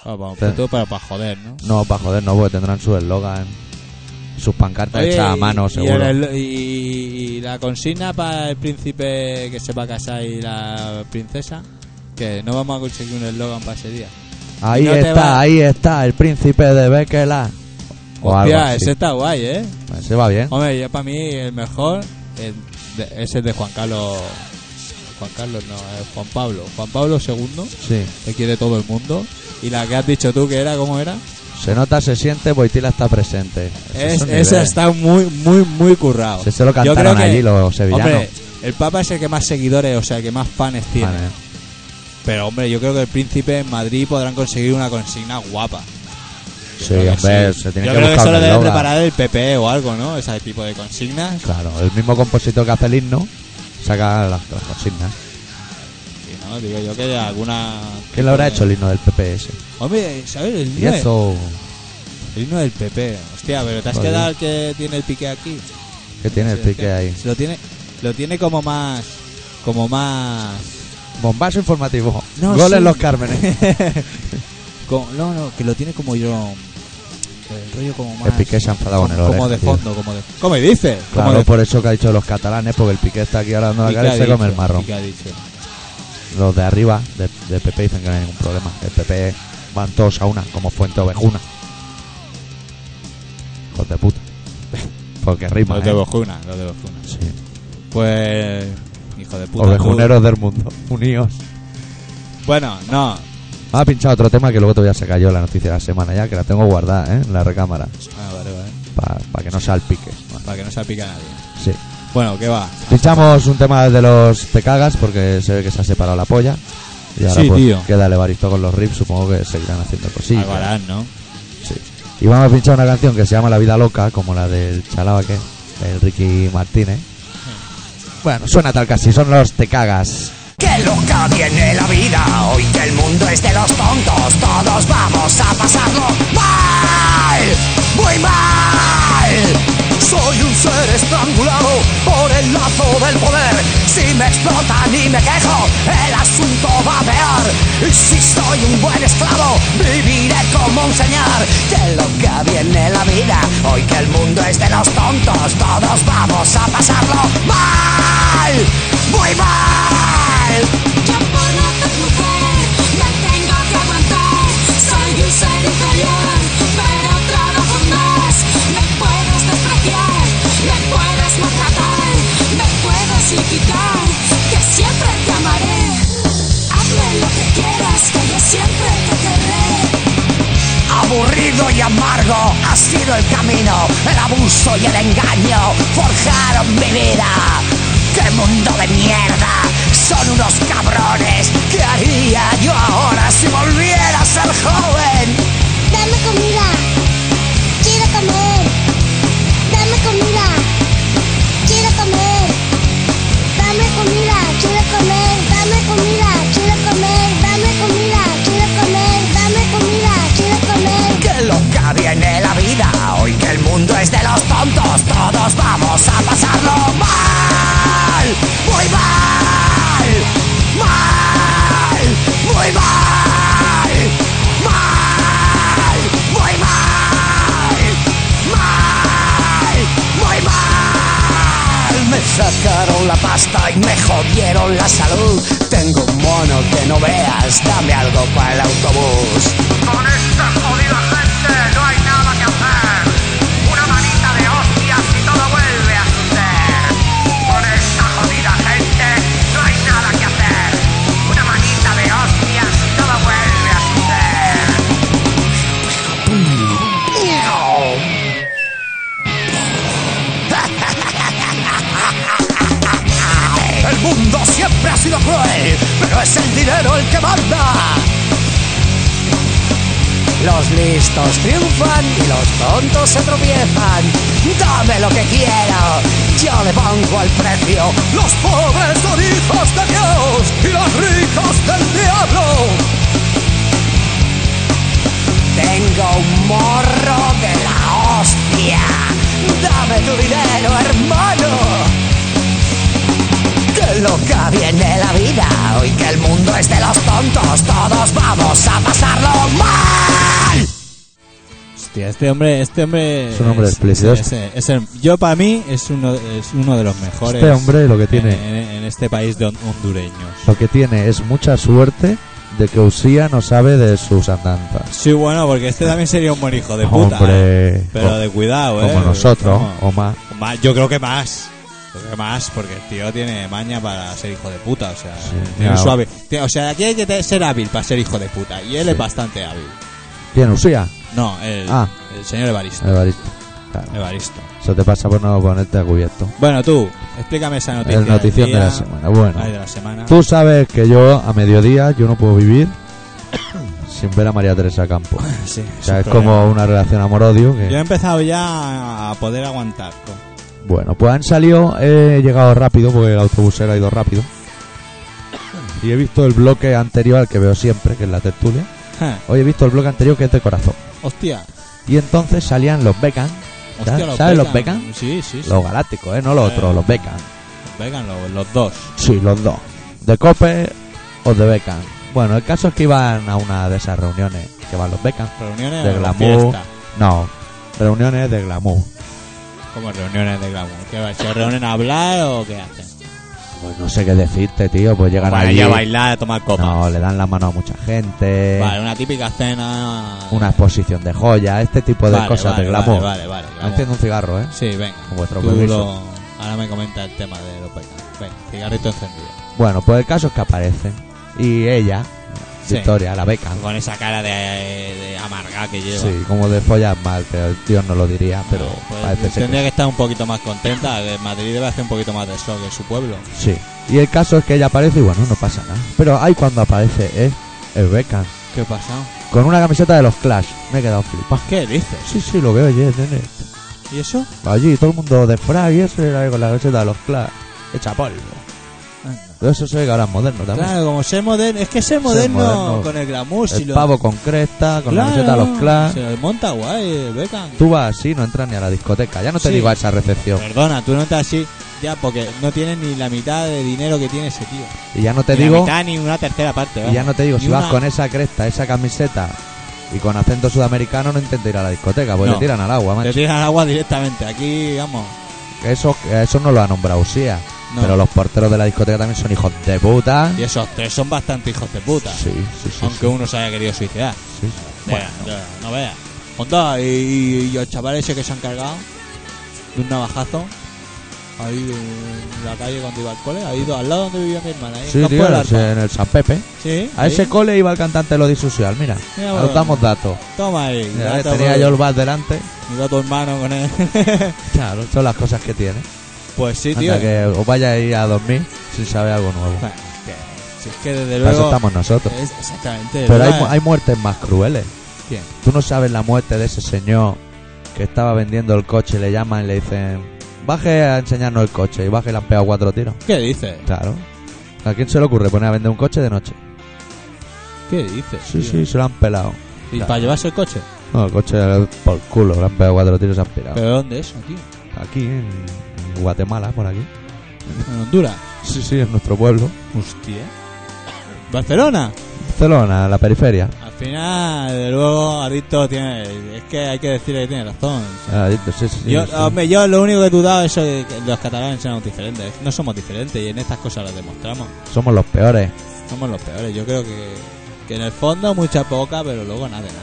Speaker 1: Ah, vamos,
Speaker 2: Sí.
Speaker 1: todo para, para joder, ¿no?
Speaker 2: No, para joder, no, porque tendrán su eslogan. Sus pancartas
Speaker 1: Oye,
Speaker 2: hechas a
Speaker 1: y-
Speaker 2: mano,
Speaker 1: y
Speaker 2: seguro.
Speaker 1: el- el- y, y la consigna para el príncipe que se va a casar y la princesa, que no vamos a conseguir un eslogan para ese día.
Speaker 2: Ahí
Speaker 1: no te
Speaker 2: está,
Speaker 1: va-
Speaker 2: ahí está, el príncipe de Bequela. O algo
Speaker 1: Hostia,
Speaker 2: así.
Speaker 1: ese está guay, ¿eh?
Speaker 2: Ese va bien.
Speaker 1: Hombre, yo para mí el mejor el de- es el de Juan Carlos. Juan Carlos, no, es Juan Pablo. Juan Pablo II,
Speaker 2: Sí.
Speaker 1: que quiere todo el mundo. Y la que has dicho tú que era, ¿cómo era?
Speaker 2: Se nota, se siente, Boitila está presente. Ese
Speaker 1: Es-
Speaker 2: es un
Speaker 1: ese
Speaker 2: nivel.
Speaker 1: está muy, muy, muy currado.
Speaker 2: Ese se lo
Speaker 1: Yo creo
Speaker 2: cantaron
Speaker 1: que-
Speaker 2: allí los sevillanos.
Speaker 1: Hombre, el Papa es el que más seguidores, o sea, el que más fans tiene.
Speaker 2: Vale.
Speaker 1: Pero hombre, yo creo que el príncipe en Madrid podrán conseguir una consigna guapa. Yo
Speaker 2: Sí,
Speaker 1: creo que
Speaker 2: hombre,
Speaker 1: sí.
Speaker 2: se tiene
Speaker 1: Yo
Speaker 2: que
Speaker 1: creo que
Speaker 2: buscar
Speaker 1: eso lo
Speaker 2: un
Speaker 1: debe
Speaker 2: eslogan.
Speaker 1: preparar el PP o algo, ¿no? Ese tipo de consignas.
Speaker 2: Claro, el mismo compositor que hace el himno saca las, las consignas.
Speaker 1: Y no, digo yo que alguna.
Speaker 2: ¿Quién lo habrá hecho el himno del PPS?
Speaker 1: Hombre, ¿sabes? El
Speaker 2: Y
Speaker 1: himno, de-
Speaker 2: eso,
Speaker 1: el himno del PP. Hostia, pero te has
Speaker 2: Vale.
Speaker 1: quedado el que tiene el pique aquí.
Speaker 2: que tiene el
Speaker 1: Sí, es
Speaker 2: pique ahí.
Speaker 1: Lo tiene, lo tiene como más. Como más.
Speaker 2: Bombazo informativo.
Speaker 1: No,
Speaker 2: Gol en
Speaker 1: sí.
Speaker 2: los Cármenes.
Speaker 1: Como- no, no, que lo tiene como yo. El rollo como más.
Speaker 2: El pique se ha enfadado con el
Speaker 1: como,
Speaker 2: oreja,
Speaker 1: de
Speaker 2: tío.
Speaker 1: fondo, como de. ¿Cómo dices? [LAUGHS] Como
Speaker 2: Claro,
Speaker 1: de
Speaker 2: por eso que ha dicho los catalanes, porque el pique está aquí ahora dando la
Speaker 1: ¿Y
Speaker 2: cara
Speaker 1: qué
Speaker 2: y
Speaker 1: ha
Speaker 2: se come
Speaker 1: dicho?
Speaker 2: el marrón.
Speaker 1: ¿Y qué ha dicho?
Speaker 2: Los de arriba, de- del PP, dicen que no hay ningún problema. El PP van todos a una, como Fuente Ovejuna. Hijos de puta. [LAUGHS] Porque rima,
Speaker 1: Los de
Speaker 2: ¿eh?
Speaker 1: Bojuna, los de Bojuna.
Speaker 2: Sí.
Speaker 1: Pues. Hijo de puta.
Speaker 2: Ovejuneros del mundo, [LAUGHS] unidos.
Speaker 1: tú- Bueno, no.
Speaker 2: Me ha pinchado otro tema que luego te voy a sacar yo la noticia de la semana ya, que la tengo guardada, ¿eh? En la recámara,
Speaker 1: Ah, vale, vale.
Speaker 2: para que no salpique.
Speaker 1: Para que no se pica nadie.
Speaker 2: Sí.
Speaker 1: Bueno, ¿qué va?
Speaker 2: Fichamos un tema de los Te Cagas porque se ve que se ha separado la polla. Y ahora
Speaker 1: Sí,
Speaker 2: pues,
Speaker 1: tío.
Speaker 2: queda el Evaristo con los rips, supongo que seguirán haciendo cosillas.
Speaker 1: Albarán, ¿no?
Speaker 2: Sí. Y vamos a pinchar una canción que se llama La vida loca, como la del chalaba que del Ricky Martínez. Bueno, suena tal casi, son los Te Cagas.
Speaker 4: Qué loca viene la vida, hoy que el mundo es de los tontos, todos vamos a pasarlo mal, muy mal. Soy un ser estrangulado por el lazo del poder, si me explotan y me quejo, el asunto va a peor. Y si soy un buen esclavo, viviré como un señor. Qué loca viene la vida, hoy que el mundo es de los tontos, todos vamos a pasarlo mal, muy mal.
Speaker 5: Yo por no ser mujer me tengo que aguantar. Soy un ser inferior, pero trabajo más. Me puedes despreciar, me puedes maltratar, me puedes liquidar, que siempre te amaré. Hazme lo que quieras, que yo siempre te querré.
Speaker 4: Aburrido y amargo ha sido el camino, el abuso y el engaño forjaron mi vida. ¡Qué mundo de mierda! Son unos cabrones. ¿Qué haría yo ahora si volviera a ser joven?
Speaker 5: Dame comida, quiero comer. Dame comida, quiero comer. Dame comida, quiero comer. Dame comida, quiero comer. Dame comida, quiero comer. Dame comida, quiero comer.
Speaker 4: ¡Qué loca viene la vida! Hoy que el mundo es de los tontos, todos vamos a pasarlo mal. Muy mal. Mal. Muy mal. Mal. Muy mal. Mal. Muy mal. Me sacaron la pasta y me jodieron la salud. Tengo un mono que no veas. Dame algo para el autobús.
Speaker 6: Con esta jodida gente no hay nada que hacer. Una manita de hostias y todo vuelve a su ser. Con esta jodida gente no hay nada que hacer. Una manita de hostias y todo vuelve a su ser.
Speaker 4: El mundo siempre ha sido cruel, pero es el dinero el que manda. Los listos triunfan y los tontos se tropiezan. Dame lo que quiera, yo le pongo el precio. Los pobres son hijos de Dios y los ricos del diablo. Tengo un morro de la hostia. Dame tu dinero, hermano. ¡Qué loca viene la vida! Hoy que el mundo es de los tontos, todos vamos a pasarlo mal.
Speaker 1: Hostia, este hombre, este hombre
Speaker 2: Es un hombre explícito.
Speaker 1: es- es- es el- yo para mí es uno, es uno de los mejores.
Speaker 2: Este hombre lo que
Speaker 1: en-
Speaker 2: tiene-
Speaker 1: en, en este país de hon- hondureños.
Speaker 2: Lo que tiene es mucha suerte de que Usía no sabe de sus andanzas.
Speaker 1: Sí, bueno, porque este también sería un buen hijo de puta.
Speaker 2: Hombre,
Speaker 1: ¿eh? Pero
Speaker 2: co-
Speaker 1: de cuidado, ¿eh?
Speaker 2: Como nosotros,
Speaker 1: Vamos.
Speaker 2: o más.
Speaker 1: Más- Yo creo que más. Yo creo que más, porque el tío tiene maña para ser hijo de puta. O sea, tiene
Speaker 2: claro.
Speaker 1: suave. Tiene- O sea, aquí hay que te- ser hábil para ser hijo de puta. Y él es bastante hábil.
Speaker 2: ¿Quién, Usía?
Speaker 1: No, el,
Speaker 2: Ah.
Speaker 1: el señor Evaristo.
Speaker 2: Evaristo. Claro.
Speaker 1: Evaristo.
Speaker 2: Eso te pasa por no ponerte a cubierto.
Speaker 1: Bueno, tú, explícame esa noticia.
Speaker 2: El
Speaker 1: del
Speaker 2: notición de
Speaker 1: día.
Speaker 2: la semana. Bueno.
Speaker 1: Ay, de la semana.
Speaker 2: Tú sabes que yo a mediodía yo no puedo vivir [COUGHS] sin ver a María Teresa Campo. O
Speaker 1: [LAUGHS] Sí, es
Speaker 2: sea,
Speaker 1: un
Speaker 2: es
Speaker 1: problema.
Speaker 2: como una relación amor-odio que...
Speaker 1: Yo he empezado ya a poder aguantar. co-
Speaker 2: Bueno, pues han salido, he llegado rápido porque el autobusero ha ido rápido. Y he visto el bloque anterior al que veo siempre, que es la tertulia.
Speaker 1: Ja,
Speaker 2: Hoy he visto el bloque anterior que es de corazón.
Speaker 1: [LAUGHS] Hostia.
Speaker 2: Y entonces salían los Beckham,
Speaker 1: Hostia, los
Speaker 2: ¿Sabes los
Speaker 1: Beckham?
Speaker 2: Beckham?
Speaker 1: Sí, sí, sí.
Speaker 2: los galácticos, ¿eh? No los
Speaker 1: Eh.
Speaker 2: otros, los Beckham.
Speaker 1: Beckham, los, los dos.
Speaker 2: Sí, los dos. De Cope o de Beckham. Bueno, el caso es que iban a una de esas reuniones que van los Beckham.
Speaker 1: Reuniones
Speaker 2: De
Speaker 1: o
Speaker 2: glamour.
Speaker 1: fiesta.
Speaker 2: No, reuniones de glamour.
Speaker 1: Como reuniones de glamour. ¿Qué va? ¿Se reúnen a hablar o qué hacen?
Speaker 2: Pues no sé qué decirte, tío. Pues llegan
Speaker 1: Van allí
Speaker 2: allí.
Speaker 1: a bailar, a tomar copas.
Speaker 2: No, le dan la mano a mucha gente.
Speaker 1: Vale, una típica cena.
Speaker 2: Una exposición de joya, este tipo de
Speaker 1: Vale,
Speaker 2: cosas
Speaker 1: vale,
Speaker 2: de glamour.
Speaker 1: Vale, vale, vale. glamour.
Speaker 2: Enciendo un cigarro, ¿eh?
Speaker 1: Sí, venga.
Speaker 2: Con vuestro
Speaker 1: Tú
Speaker 2: permiso.
Speaker 1: lo- Ahora me comenta el tema de los Beckham. Venga, cigarrito encendido.
Speaker 2: Bueno, pues el caso es que aparece. Y ella,
Speaker 1: Sí.
Speaker 2: Victoria, la beca.
Speaker 1: Con esa cara de, eh, de amarga que lleva.
Speaker 2: Sí, como de follas mal, pero el tío no lo diría, pero
Speaker 1: Ah, pues
Speaker 2: parece ser
Speaker 1: tendría
Speaker 2: que...
Speaker 1: que estar un poquito más contenta. que Madrid debe hacer un poquito más de eso que en su pueblo.
Speaker 2: Sí. Y el caso es que ella aparece y bueno, no pasa nada. Pero ahí cuando aparece es el Beckham,
Speaker 1: ¿Qué pasa?
Speaker 2: con una camiseta de los Clash. Me he quedado flipado.
Speaker 1: ¿Qué dices?
Speaker 2: Sí, sí, lo veo ayer, nene.
Speaker 1: ¿Y eso?
Speaker 2: Allí todo el mundo de frag y eso era ahí con la camiseta de los Clash. Echa polvo.
Speaker 1: Anda.
Speaker 2: Pero eso se ve que ahora es moderno también.
Speaker 1: Claro, como ser moderno, es que ser moderno,
Speaker 2: moderno
Speaker 1: con el glamour, Pues si
Speaker 2: el
Speaker 1: lo-
Speaker 2: pavo con cresta, con
Speaker 1: Claro,
Speaker 2: la camiseta de los Clash.
Speaker 1: Se lo monta guay, eh, Beckham.
Speaker 2: Tú vas así, no entras ni a la discoteca. Ya no te
Speaker 1: Sí.
Speaker 2: digo a esa recepción.
Speaker 1: Perdona, tú no estás así ya porque no tienes ni la mitad de dinero que tiene ese tío.
Speaker 2: Y ya no te
Speaker 1: ni la
Speaker 2: digo,
Speaker 1: mitad ni una tercera parte.
Speaker 2: y ya
Speaker 1: vamos.
Speaker 2: no te digo,
Speaker 1: Ni
Speaker 2: si vas
Speaker 1: una-
Speaker 2: con esa cresta, esa camiseta y con acento sudamericano, no intentes ir a la discoteca, porque
Speaker 1: No.
Speaker 2: te tiran al agua,
Speaker 1: Te
Speaker 2: macho.
Speaker 1: tiras al agua directamente. Aquí, vamos.
Speaker 2: Eso, eso no lo ha nombrado Usía.
Speaker 1: No.
Speaker 2: Pero los porteros de la discoteca también son hijos de puta.
Speaker 1: Y esos tres son bastante hijos de puta.
Speaker 2: Sí, sí, sí.
Speaker 1: aunque
Speaker 2: sí,
Speaker 1: uno se haya querido suicidar.
Speaker 2: sí, sí.
Speaker 1: Vea, vea, no veas. Onda, y, y- y el chaval ese que se han cargado de un navajazo. Ahí en la calle cuando iba al cole, ahí do- al lado donde vivía mi hermana, ahí en
Speaker 2: Sí,
Speaker 1: Campo
Speaker 2: tío,
Speaker 1: del
Speaker 2: es
Speaker 1: Arpa.
Speaker 2: en el San Pepe.
Speaker 1: Sí,
Speaker 2: A
Speaker 1: ahí.
Speaker 2: ese cole iba el cantante Lodi Social, mira.
Speaker 1: Mira,
Speaker 2: nos
Speaker 1: bueno.
Speaker 2: damos datos.
Speaker 1: Toma ahí.
Speaker 2: Mira,
Speaker 1: gato,
Speaker 2: tenía
Speaker 1: pues,
Speaker 2: yo el bar delante.
Speaker 1: mi gato hermano con él. [LAUGHS]
Speaker 2: Claro, son las cosas que tiene.
Speaker 1: pues sí, tío.
Speaker 2: Hasta que os vayáis a dormir sin saber algo nuevo.
Speaker 1: Bueno, que- si es que desde
Speaker 2: Para eso
Speaker 1: luego.
Speaker 2: estamos nosotros.
Speaker 1: es- exactamente.
Speaker 2: Pero hay,
Speaker 1: ¿verdad? ¿eh?
Speaker 2: mu- hay muertes más crueles.
Speaker 1: ¿Quién?
Speaker 2: Tú no sabes la muerte de ese señor que estaba vendiendo el coche, le llaman y le dicen, baje a enseñarnos el coche y baje y le han pegado cuatro tiros.
Speaker 1: ¿Qué dices?
Speaker 2: Claro. ¿A quién se le ocurre poner a vender un coche de noche?
Speaker 1: ¿Qué dices?
Speaker 2: Sí,
Speaker 1: tío?
Speaker 2: sí, se lo han pelado.
Speaker 1: ¿Y
Speaker 2: claro.
Speaker 1: para llevarse el coche?
Speaker 2: No, el coche por culo, le han pegado cuatro tiros y se han pirado.
Speaker 1: ¿Pero dónde eso, tío?
Speaker 2: Aquí, en Guatemala, por aquí.
Speaker 1: ¿En Honduras?
Speaker 2: Sí, sí, en nuestro pueblo.
Speaker 1: Hostia. ¿Barcelona?
Speaker 2: Barcelona, la periferia.
Speaker 1: Al final, de luego, Adicto tiene. Es que hay que decirle que tiene razón. o sea.
Speaker 2: Ah, sí, sí, sí,
Speaker 1: yo,
Speaker 2: sí.
Speaker 1: hombre, yo lo único que he dudado es que los catalanes somos diferentes. No somos diferentes y en estas cosas lo demostramos.
Speaker 2: Somos los peores.
Speaker 1: Somos los peores. Yo creo que, que en el fondo mucha poca, pero luego nada de nada.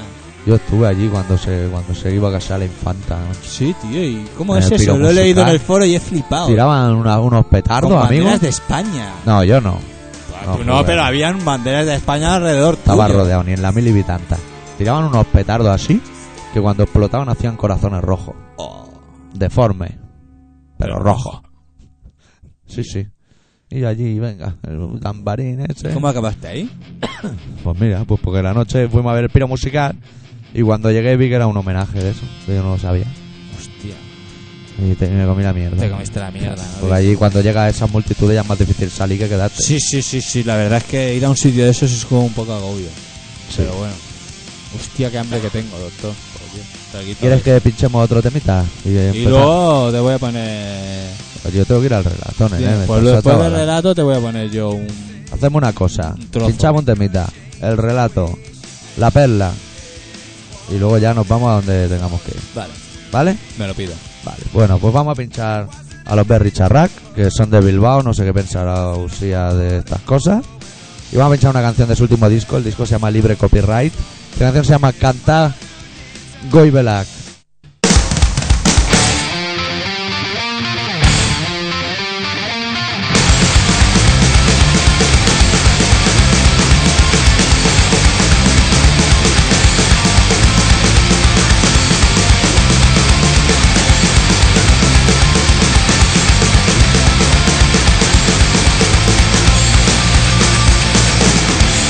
Speaker 2: Yo estuve allí cuando se cuando se iba a casar la infanta. macho.
Speaker 1: Sí, tío, ¿y cómo
Speaker 2: En
Speaker 1: es
Speaker 2: el
Speaker 1: eso?
Speaker 2: pico
Speaker 1: Lo he leído en
Speaker 2: musical.
Speaker 1: el foro y he flipado.
Speaker 2: Tiraban una- unos petardos,
Speaker 1: Ah, Con
Speaker 2: amigos.
Speaker 1: banderas de España.
Speaker 2: No, yo no.
Speaker 1: Ah, tú
Speaker 2: no,
Speaker 1: no,
Speaker 2: joder.
Speaker 1: pero habían banderas de España alrededor.
Speaker 2: Estaba
Speaker 1: tuyo.
Speaker 2: rodeado, ni en la mili vi tanta. Tiraban unos petardos así que cuando explotaban hacían corazones rojos.
Speaker 1: Oh,
Speaker 2: Deforme. Pero rojo. Sí, sí. Y allí, venga, el gambarín ese.
Speaker 1: ¿Cómo acabaste ahí?
Speaker 2: Pues mira, pues porque la noche fuimos a ver el piro musical y cuando llegué vi que era un homenaje de eso. que Yo no lo sabía.
Speaker 1: Hostia,
Speaker 2: Y te- me comí la mierda.
Speaker 1: te comiste la mierda. ¿no?
Speaker 2: Porque allí cuando llega esa multitud ya es más difícil salir que quedarte.
Speaker 1: Sí, sí, sí, sí, la verdad es que ir a un sitio de esos es como un poco agobio. Pero bueno. Hostia, qué hambre que tengo, doctor. Joder, traguito.
Speaker 2: ¿Quieres que pinchemos otro temita? Y,
Speaker 1: Y
Speaker 2: empezar?
Speaker 1: luego te voy a poner...
Speaker 2: Pues Yo tengo que ir al relato, nene.
Speaker 1: pues
Speaker 2: me estás
Speaker 1: después del
Speaker 2: atabalando.
Speaker 1: relato te voy a poner yo un...
Speaker 2: Hacemos una cosa.
Speaker 1: Un trozo.
Speaker 2: Pinchamos un temita. El relato. La perla. Y luego ya nos vamos a donde tengamos que ir.
Speaker 1: Vale,
Speaker 2: ¿Vale?
Speaker 1: me lo pido.
Speaker 2: Vale. Bueno, pues vamos a pinchar a los Berry Charrac, que son de Bilbao. No sé qué pensará Usía de estas cosas. Y vamos a pinchar una canción de su último disco. El disco se llama Libre Copyright. La canción se llama Canta Goibelak.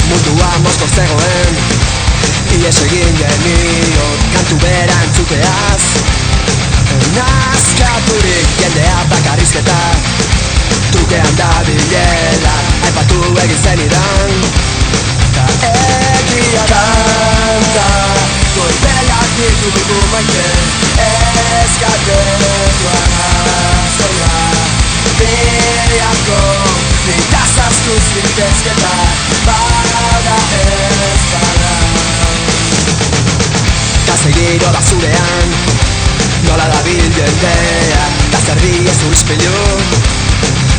Speaker 4: Mundua mozko zegoen Ies egin genion kantu bera entzuteaz Nazkaturik jendea bakarrizketa Trukean da bilela Aipatu egin zenidan Ta egia dantza Goibelak ditu dugu maite Ez gatetua zola Biako Nitaz askuz gintezketa Bada ez bada Gaztegiro da zurean Nola dabil jendea Gazterri ez urspilu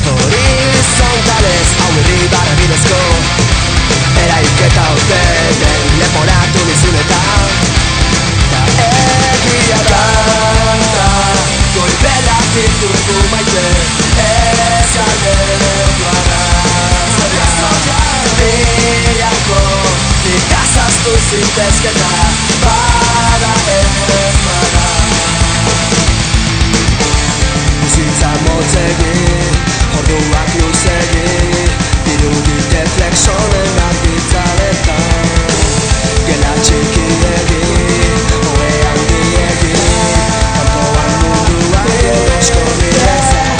Speaker 4: Horizontalez Hau irri barra bidezko Eraiketa urteten Leporatu nizun eta Ta egia dantza Goibelak ditugu maite Ez galdetu arazoa Biako
Speaker 3: tú sientes que nada para parar Bizitza motzegi, orduak luzegi Dirudi deflexonen argitzaletan Gela txikiegi, hoe handiegi Kanpoan munduan asko direzan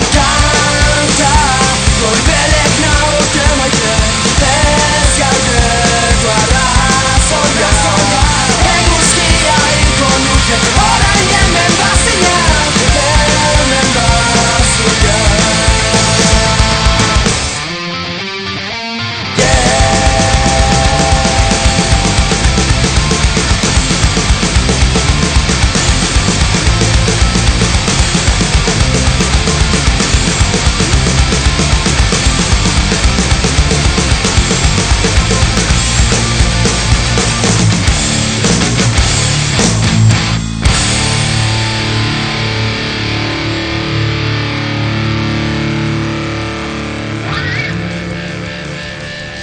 Speaker 3: Kanta, goibelek naute maite Ez galdeko arrazoia Eguzkia hilko nuke Horain hemen bazina Hemen bazina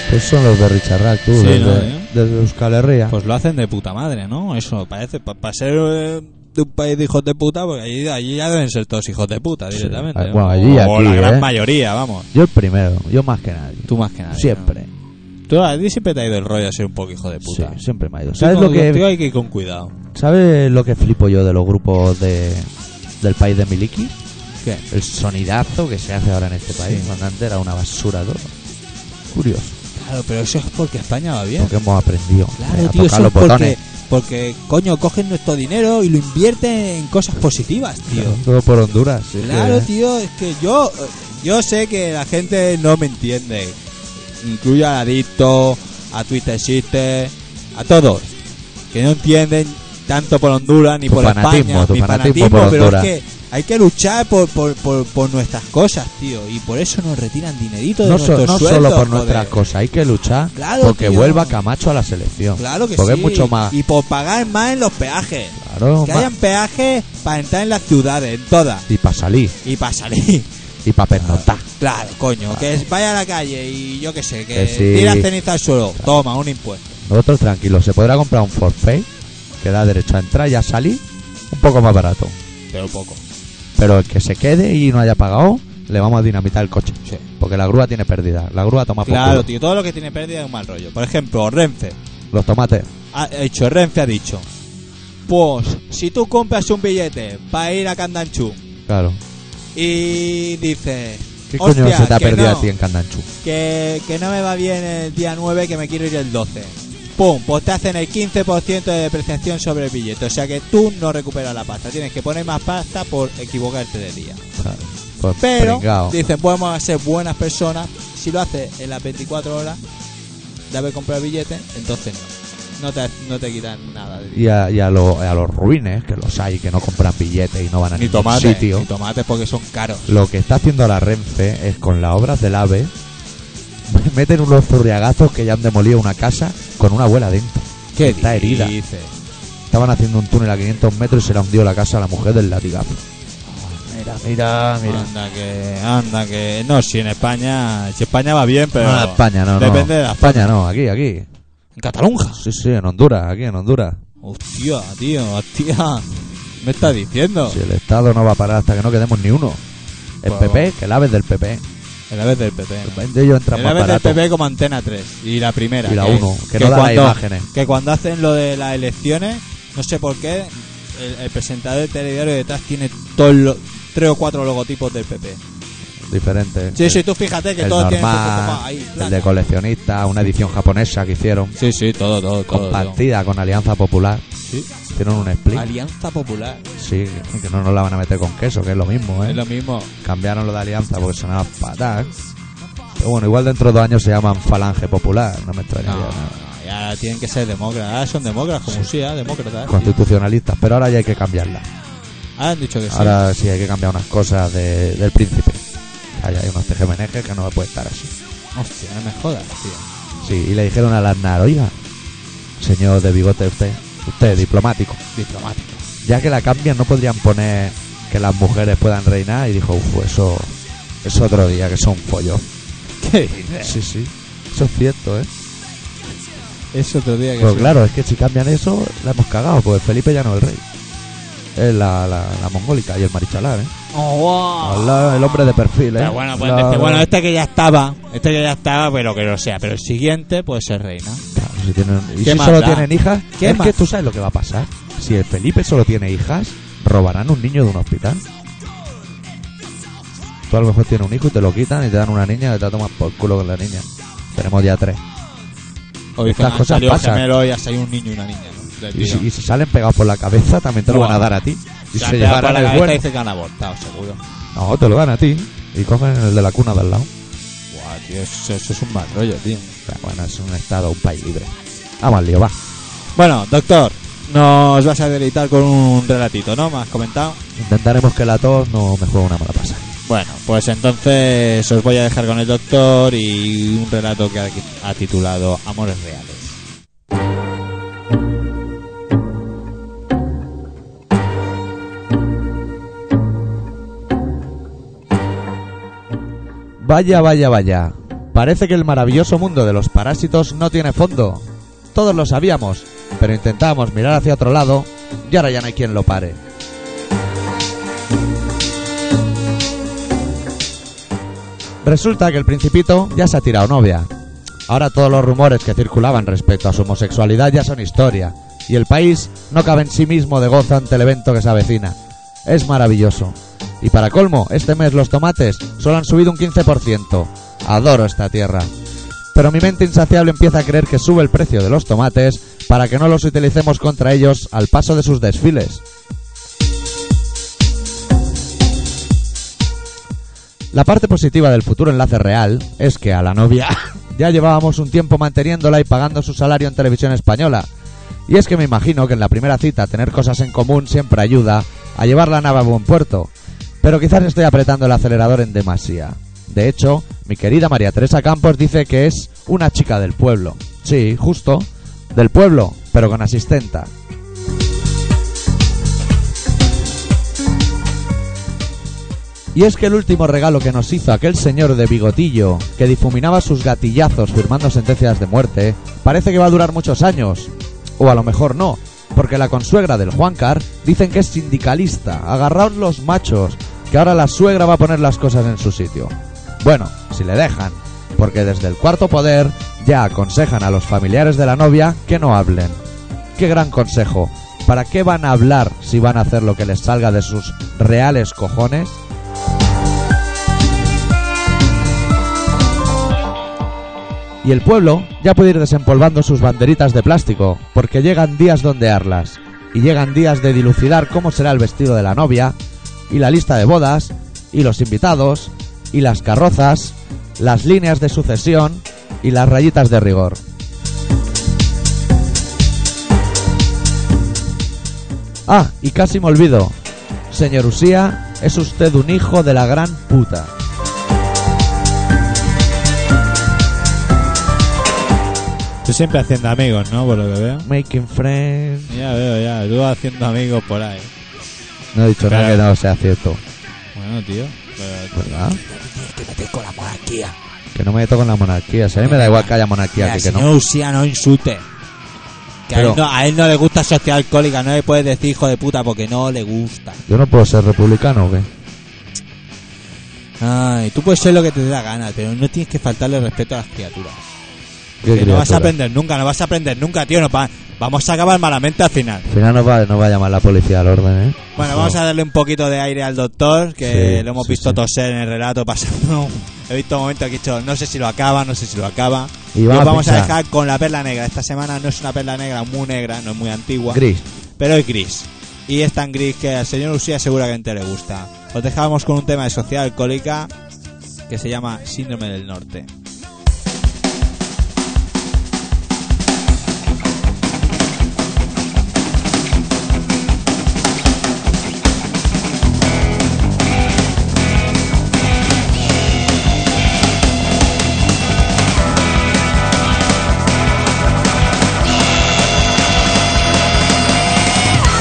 Speaker 2: Pues son los de Richarrak, tú,
Speaker 1: Sí,
Speaker 2: desde,
Speaker 1: ¿no, eh?
Speaker 2: desde Euskal Herria.
Speaker 1: Pues lo hacen de puta madre, ¿no? Eso, parece, para ser eh, de un país de hijos de puta, porque allí, allí ya deben ser todos hijos de puta
Speaker 2: Sí.
Speaker 1: directamente.
Speaker 2: Ah,
Speaker 1: ¿no?
Speaker 2: bueno, allí y
Speaker 1: o la
Speaker 2: aquí,
Speaker 1: gran
Speaker 2: ¿eh?
Speaker 1: mayoría, vamos.
Speaker 2: Yo el primero, yo más que nadie.
Speaker 1: Tú más que nadie.
Speaker 2: Siempre.
Speaker 1: ¿no? Tú a ti siempre te ha ido el rollo a ser un poco hijo de puta.
Speaker 2: Sí, siempre me ha ido.
Speaker 1: Sí,
Speaker 2: ¿Sabes
Speaker 1: con-
Speaker 2: lo,
Speaker 1: contigo
Speaker 2: que,
Speaker 1: hay que ir con cuidado.
Speaker 2: ¿Sabes lo que flipo yo de los grupos de, del país de Miliki?
Speaker 1: ¿Qué?
Speaker 2: El sonidazo que se hace ahora en este país. Cuando antes era una basura todo. Curioso.
Speaker 1: Claro, pero eso es porque España va bien.
Speaker 2: Porque hemos aprendido eh,
Speaker 1: Claro,
Speaker 2: a
Speaker 1: tío,
Speaker 2: tocar
Speaker 1: eso es
Speaker 2: los
Speaker 1: porque,
Speaker 2: botones.
Speaker 1: porque, coño, cogen nuestro dinero y lo invierten en cosas positivas, tío.
Speaker 2: Todo por Honduras. sí,
Speaker 1: Claro,
Speaker 2: que-
Speaker 1: tío, es que yo yo sé que la gente no me entiende. Incluyo a Adicto, a Twitter Sister, a todos. Que no entienden tanto por Honduras ni
Speaker 2: Tu
Speaker 1: por
Speaker 2: fanatismo,
Speaker 1: España.
Speaker 2: tu
Speaker 1: mi
Speaker 2: fanatismo por
Speaker 1: pero
Speaker 2: Honduras.
Speaker 1: es que hay que luchar por, por, por, por nuestras cosas, tío. Y por eso nos retiran dinerito de
Speaker 2: No, so-
Speaker 1: nuestros
Speaker 2: no
Speaker 1: sueldos,
Speaker 2: solo por
Speaker 1: joder.
Speaker 2: nuestras cosas, hay que luchar
Speaker 1: Claro,
Speaker 2: porque
Speaker 1: tío.
Speaker 2: vuelva Camacho a la selección.
Speaker 1: Claro que
Speaker 2: porque
Speaker 1: sí.
Speaker 2: es mucho más.
Speaker 1: Y por pagar más en los peajes.
Speaker 2: claro,
Speaker 1: Que
Speaker 2: más-
Speaker 1: hayan peajes para entrar en las ciudades, en todas.
Speaker 2: Y para salir,
Speaker 1: Y para salir. [LAUGHS]
Speaker 2: y para pernoctar.
Speaker 1: Claro, coño, que es- vaya a la calle y yo qué sé, que,
Speaker 2: Que sí.
Speaker 1: tira ceniza al suelo, toma un impuesto.
Speaker 2: Nosotros tranquilos, se podrá comprar un Ford Pay que da derecho a entrar y a salir un poco más barato.
Speaker 1: Pero poco.
Speaker 2: Pero el que se quede y no haya pagado, le vamos a dinamitar el coche.
Speaker 1: Sí.
Speaker 2: Porque la grúa tiene pérdida. La grúa toma por
Speaker 1: Claro,
Speaker 2: culo.
Speaker 1: tío, todo lo que tiene pérdida es un mal rollo. Por ejemplo, Renfe.
Speaker 2: Los tomates.
Speaker 1: Ha hecho, Renfe ha dicho: Pues, si tú compras un billete para ir a Candanchú
Speaker 2: Claro.
Speaker 1: y dices.
Speaker 2: ¿Qué coño
Speaker 1: "Hostia,
Speaker 2: se te ha
Speaker 1: que
Speaker 2: perdido
Speaker 1: no,
Speaker 2: a ti en Candanchú?
Speaker 1: que, que no me va bien el día 9, que me quiero ir el 12. Pum, pues te hacen el 15% de depreciación sobre el billete. O sea que tú no recuperas la pasta. Tienes que poner más pasta por equivocarte de día.
Speaker 2: Claro. Pues
Speaker 1: Pero
Speaker 2: pringao.
Speaker 1: dicen, podemos ser buenas personas. Si lo haces en las 24 horas de haber comprado el billete, entonces no. No te, no te quitan nada. De
Speaker 2: Y a, y a, lo- a los ruines, que los hay, que no compran billetes y no van a ningún sitio.
Speaker 1: Ni tomates porque son caros.
Speaker 2: Lo que está haciendo la Renfe es con las obras del AVE [LAUGHS] meten unos zurriagazos que ya han demolido una casa con una abuela dentro. que está herida.
Speaker 1: dices?
Speaker 2: Estaban haciendo un túnel a 500 metros y se la hundió la casa a la mujer del latigazo. Mira, Ah, mira,
Speaker 1: Anda que, anda que. No, si en España. Si España va bien, pero.
Speaker 2: no, Ah, España no, no.
Speaker 1: Depende de la
Speaker 2: España no, aquí, aquí.
Speaker 1: En Cataluña.
Speaker 2: Sí, sí, en Honduras, aquí en Honduras.
Speaker 1: Hostia, tío, hostia. Me estás diciendo.
Speaker 2: Si el Estado no va a parar hasta que no quedemos ni uno. El
Speaker 1: Pues
Speaker 2: PP, que el AVE es del PP.
Speaker 1: En la vez del PP. ¿no?
Speaker 2: El de ellos entra
Speaker 1: En la
Speaker 2: más
Speaker 1: vez del
Speaker 2: barato.
Speaker 1: PP como Antena 3. Y la primera.
Speaker 2: Y la
Speaker 1: que-
Speaker 2: uno, que no da las imágenes.
Speaker 1: Que cuando hacen lo de las elecciones, no sé por qué, el, el presentador del telediario detrás tiene todos los. Tres o cuatro logotipos del PP.
Speaker 2: Diferente.
Speaker 1: Sí, sí, tú fíjate que
Speaker 2: el
Speaker 1: todos
Speaker 2: normal,
Speaker 1: tienen. su- ahí,
Speaker 2: el de
Speaker 1: placa.
Speaker 2: coleccionista, una edición japonesa que hicieron,
Speaker 1: Sí, sí, todo, todo, todo. todo.
Speaker 2: compartida con Alianza Popular.
Speaker 1: Sí.
Speaker 2: Tienen un split.
Speaker 1: Alianza Popular.
Speaker 2: sí, que no nos la van a meter con queso, que es lo mismo, ¿eh?
Speaker 1: Es lo mismo.
Speaker 2: Cambiaron lo de Alianza porque sonaba fatal. Pero bueno, igual dentro de dos años se llaman Falange Popular, no me
Speaker 1: No,
Speaker 2: extrañaría
Speaker 1: no,
Speaker 2: nada.
Speaker 1: no, Ah, ya tienen que ser demócratas. Ahora son demócratas, como sí, ah, demócratas.
Speaker 2: Constitucionalistas, pero ahora ya hay que cambiarla.
Speaker 1: Ahora han dicho que sí.
Speaker 2: Ahora sí hay que cambiar unas cosas de- del príncipe. Ahí hay unos tejemenejes que no puede estar así.
Speaker 1: Hostia, no me jodas, tío.
Speaker 2: Sí, y le dijeron a Aznar, oiga, señor de bigote usted, usted diplomático,
Speaker 1: Diplomático.
Speaker 2: ya que la cambian no podrían poner que las mujeres puedan reinar y dijo, uff, eso es otro día, que son follón.
Speaker 1: [LAUGHS] ¿Qué dices?
Speaker 2: Sí, sí, eso es cierto, ¿eh?
Speaker 1: Es otro día que
Speaker 2: Pero
Speaker 1: sí.
Speaker 2: claro, es que si cambian eso, la hemos cagado, porque Felipe ya no es el rey. Es la, la, la mongólica y el marichalar, ¿eh?
Speaker 1: Oh, wow.
Speaker 2: La- el hombre de perfil, ¿eh?
Speaker 1: Pero bueno, pues
Speaker 2: La-
Speaker 1: dice, bueno, este que ya estaba, este que ya estaba, pero que no sea, pero el siguiente puede ser reina.
Speaker 2: Claro, si tienen- y
Speaker 1: ¿Qué
Speaker 2: si
Speaker 1: más
Speaker 2: solo
Speaker 1: da?
Speaker 2: tienen hijas,
Speaker 1: ¿Qué
Speaker 2: es
Speaker 1: más?
Speaker 2: que tú sabes lo que va a pasar. Si el Felipe solo tiene hijas, robarán un niño de un hospital. Tú a lo mejor tienes un hijo y te lo quitan y te dan una niña que te la tomas por culo con la niña. Tenemos ya tres.
Speaker 1: O dice,
Speaker 2: Estas
Speaker 1: "Me han
Speaker 2: cosas
Speaker 1: salido
Speaker 2: pasan".
Speaker 1: gemelos y ha salido un niño y una niña. ¿no? Del
Speaker 2: Y si,
Speaker 1: tirón.
Speaker 2: y si salen pegados por la cabeza, también te lo
Speaker 1: Buah.
Speaker 2: van a dar a ti. Y
Speaker 1: Se han
Speaker 2: se
Speaker 1: pegado por
Speaker 2: llevarán
Speaker 1: la
Speaker 2: el
Speaker 1: cabeza y
Speaker 2: bueno.
Speaker 1: dice que han abortado, seguro.
Speaker 2: No, te lo dan a ti. Y cogen el de la cuna del lado.
Speaker 1: Buah, tío, eso, eso es un mal rollo, tío.
Speaker 2: Pero bueno, es un estado, un país libre. Vamos al lío, va.
Speaker 1: Bueno, doctor, nos vas a deleitar con un relatito, ¿no? Me has comentado.
Speaker 2: Intentaremos que la tos no me juegue una mala pasada.
Speaker 1: Bueno, pues entonces os voy a dejar con el doctor y un relato que ha, ha titulado Amores Reales.
Speaker 2: Vaya, vaya, vaya. Parece que el maravilloso mundo de los parásitos no tiene fondo. Todos lo sabíamos, pero intentábamos mirar hacia otro lado y ahora ya no hay quien lo pare. Resulta que el principito ya se ha tirado novia. Ahora todos los rumores que circulaban respecto a su homosexualidad ya son historia, y el país no cabe en sí mismo de gozo ante el evento que se avecina. Es maravilloso. Y para colmo, este mes los tomates solo han subido un 15%. Adoro esta tierra. Pero mi mente insaciable empieza a creer que sube el precio de los tomates para que no los utilicemos contra ellos al paso de sus desfiles. La parte positiva del futuro enlace real es que a la novia [LAUGHS] ya llevábamos un tiempo manteniéndola y pagando su salario en televisión española. Y es que me imagino que en la primera cita tener cosas en común siempre ayuda a llevar la nave a buen puerto. Pero quizás estoy apretando el acelerador en demasía. De hecho, mi querida María Teresa Campos dice que es una chica del pueblo. Sí, justo, del pueblo, pero con asistenta. Y es que el último regalo que nos hizo aquel señor de bigotillo, que difuminaba sus gatillazos firmando sentencias de muerte, parece que va a durar muchos años. O a lo mejor no, porque la consuegra del Juancar dicen que es sindicalista. Agarraos los machos, que ahora la suegra va a poner las cosas en su sitio. Bueno, si le dejan, porque desde el cuarto poder ya aconsejan a los familiares de la novia que no hablen. Qué gran consejo. ¿Para qué van a hablar si van a hacer lo que les salga de sus reales cojones? Y el pueblo ya puede ir desempolvando sus banderitas de plástico, porque llegan días de ondearlas, y llegan días de dilucidar cómo será el vestido de la novia, y la lista de bodas, y los invitados, y las carrozas, las líneas de sucesión, y las rayitas de rigor. Ah, y casi me olvido. Señor Usía, es usted un hijo de la gran puta.
Speaker 1: Tú siempre haciendo amigos, ¿no? Por lo que veo.
Speaker 2: Making friends.
Speaker 1: Ya veo, ya. Tú haciendo amigos por ahí.
Speaker 2: No he dicho nada que
Speaker 1: Claro.
Speaker 2: no sea cierto,
Speaker 1: Bueno, tío. pero-
Speaker 2: ¿verdad?
Speaker 4: Quédate con la monarquía.
Speaker 2: Que no me meto con la monarquía. Si a mí me da igual que haya monarquía,
Speaker 1: Mira,
Speaker 2: que, que
Speaker 1: señor
Speaker 2: no.
Speaker 1: Usía, no insulte. Que a,
Speaker 2: Pero-
Speaker 1: él no, a él no le gusta sociedad alcohólica, no le puedes decir hijo de puta porque no le gusta.
Speaker 2: Yo no puedo ser republicano, ¿o qué?
Speaker 1: Ay, tú puedes ser lo que te dé la gana, pero no tienes que faltarle respeto a las criaturas.
Speaker 2: ¿Qué
Speaker 1: Que no vas a
Speaker 2: criatura?
Speaker 1: aprender nunca, no vas a aprender nunca, tío. No pa- vamos a acabar malamente al final.
Speaker 2: Al final nos va, nos va a llamar la policía al orden, ¿eh?
Speaker 1: Bueno,
Speaker 2: No.
Speaker 1: vamos a darle un poquito de aire al doctor, que
Speaker 2: Sí,
Speaker 1: lo hemos
Speaker 2: sí,
Speaker 1: visto
Speaker 2: sí.
Speaker 1: toser en el relato pasado. He visto momentos que he dicho, no sé si lo acaba, no sé si lo acaba.
Speaker 2: Y
Speaker 1: Lo
Speaker 2: vamos,
Speaker 1: vamos a
Speaker 2: pinchar.
Speaker 1: dejar con la perla negra. Esta semana no es una perla negra muy negra, no es muy antigua,
Speaker 2: Gris.
Speaker 1: pero es gris. Y es tan gris que al señor Usía seguramente le gusta. Os dejábamos con un tema de sociedad alcohólica que se llama Síndrome del Norte.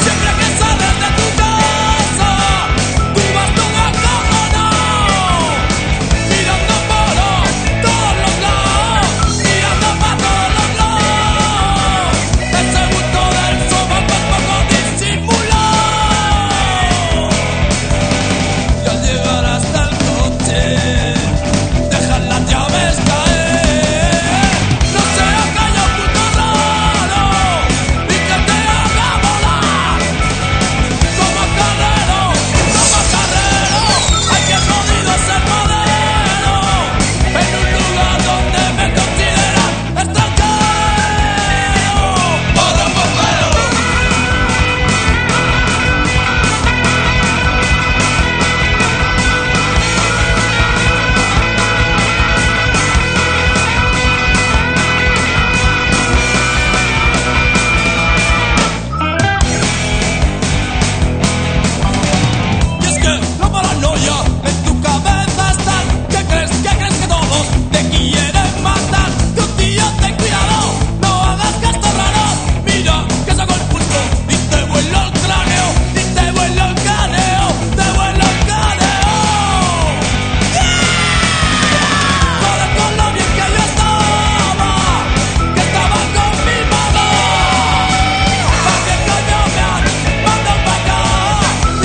Speaker 3: Siempre que sales de yo. En tu cabeza estás, que crees, que crees que todos te quieren matar. Que un tío ten cuidado, no hagas gastos raros. Mira que saco el pulso y te vuelo el cráneo, y te vuelo el cráneo, te vuelo el cráneo. Para con lo bien que yo estaba, que estaba confirmado. ¿Para qué coño me han mandado para acá?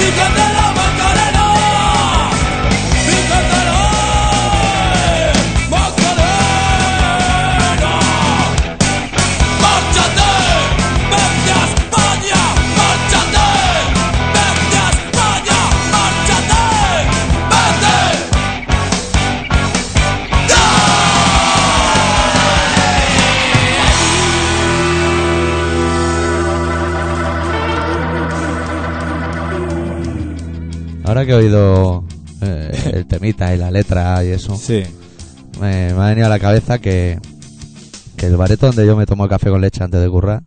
Speaker 3: ¡Hijos de la Macarena! ¡Hijos de la Macarena! ¡Márchate! ¡Vete a España! ¡Márchate! ¡Vete a España! ¡Márchate! ¡Vete!
Speaker 2: Ahora que he oído eh, el temita y la letra y eso,
Speaker 1: Sí.
Speaker 2: me, me ha venido a la cabeza que, que el bareto donde yo me tomo café con leche antes de currar,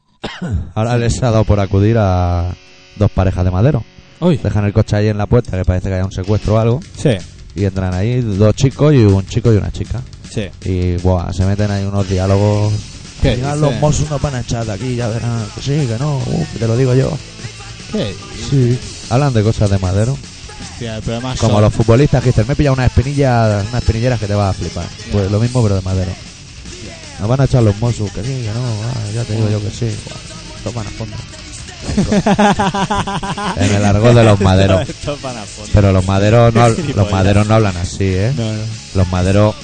Speaker 2: [COUGHS] ahora les ha dado por acudir a dos parejas de madero.
Speaker 1: Uy.
Speaker 2: Dejan el coche ahí en la puerta, que parece que haya un secuestro o algo,
Speaker 1: Sí,
Speaker 2: y entran ahí dos chicos y un chico y una chica.
Speaker 1: sí.
Speaker 2: Y buah, se meten ahí unos diálogos.
Speaker 1: ¿Qué
Speaker 2: Al final
Speaker 1: dice?
Speaker 2: los mozos no van a echar de aquí, ya verán. Que sí, que no, uh, que te lo digo yo.
Speaker 1: ¿Qué?
Speaker 2: Sí. Hablan de cosas de madero.
Speaker 1: Hostia, el problema
Speaker 2: Como
Speaker 1: son-
Speaker 2: los futbolistas que dicen, me he pillado unas espinillas, unas espinilleras que te vas a flipar. Pues lo mismo, pero de madero. Nos van a echar los mosus, que sí, que no, ah, ya te digo yo que sí. Buah, Toman a fondo.
Speaker 1: [LAUGHS]
Speaker 2: En el argot de los maderos.
Speaker 1: Esto es para fondo.
Speaker 2: Pero los [LAUGHS] maderos no,
Speaker 1: Qué
Speaker 2: los maderos no hablan así, ¿eh?
Speaker 1: No, no.
Speaker 2: Los maderos,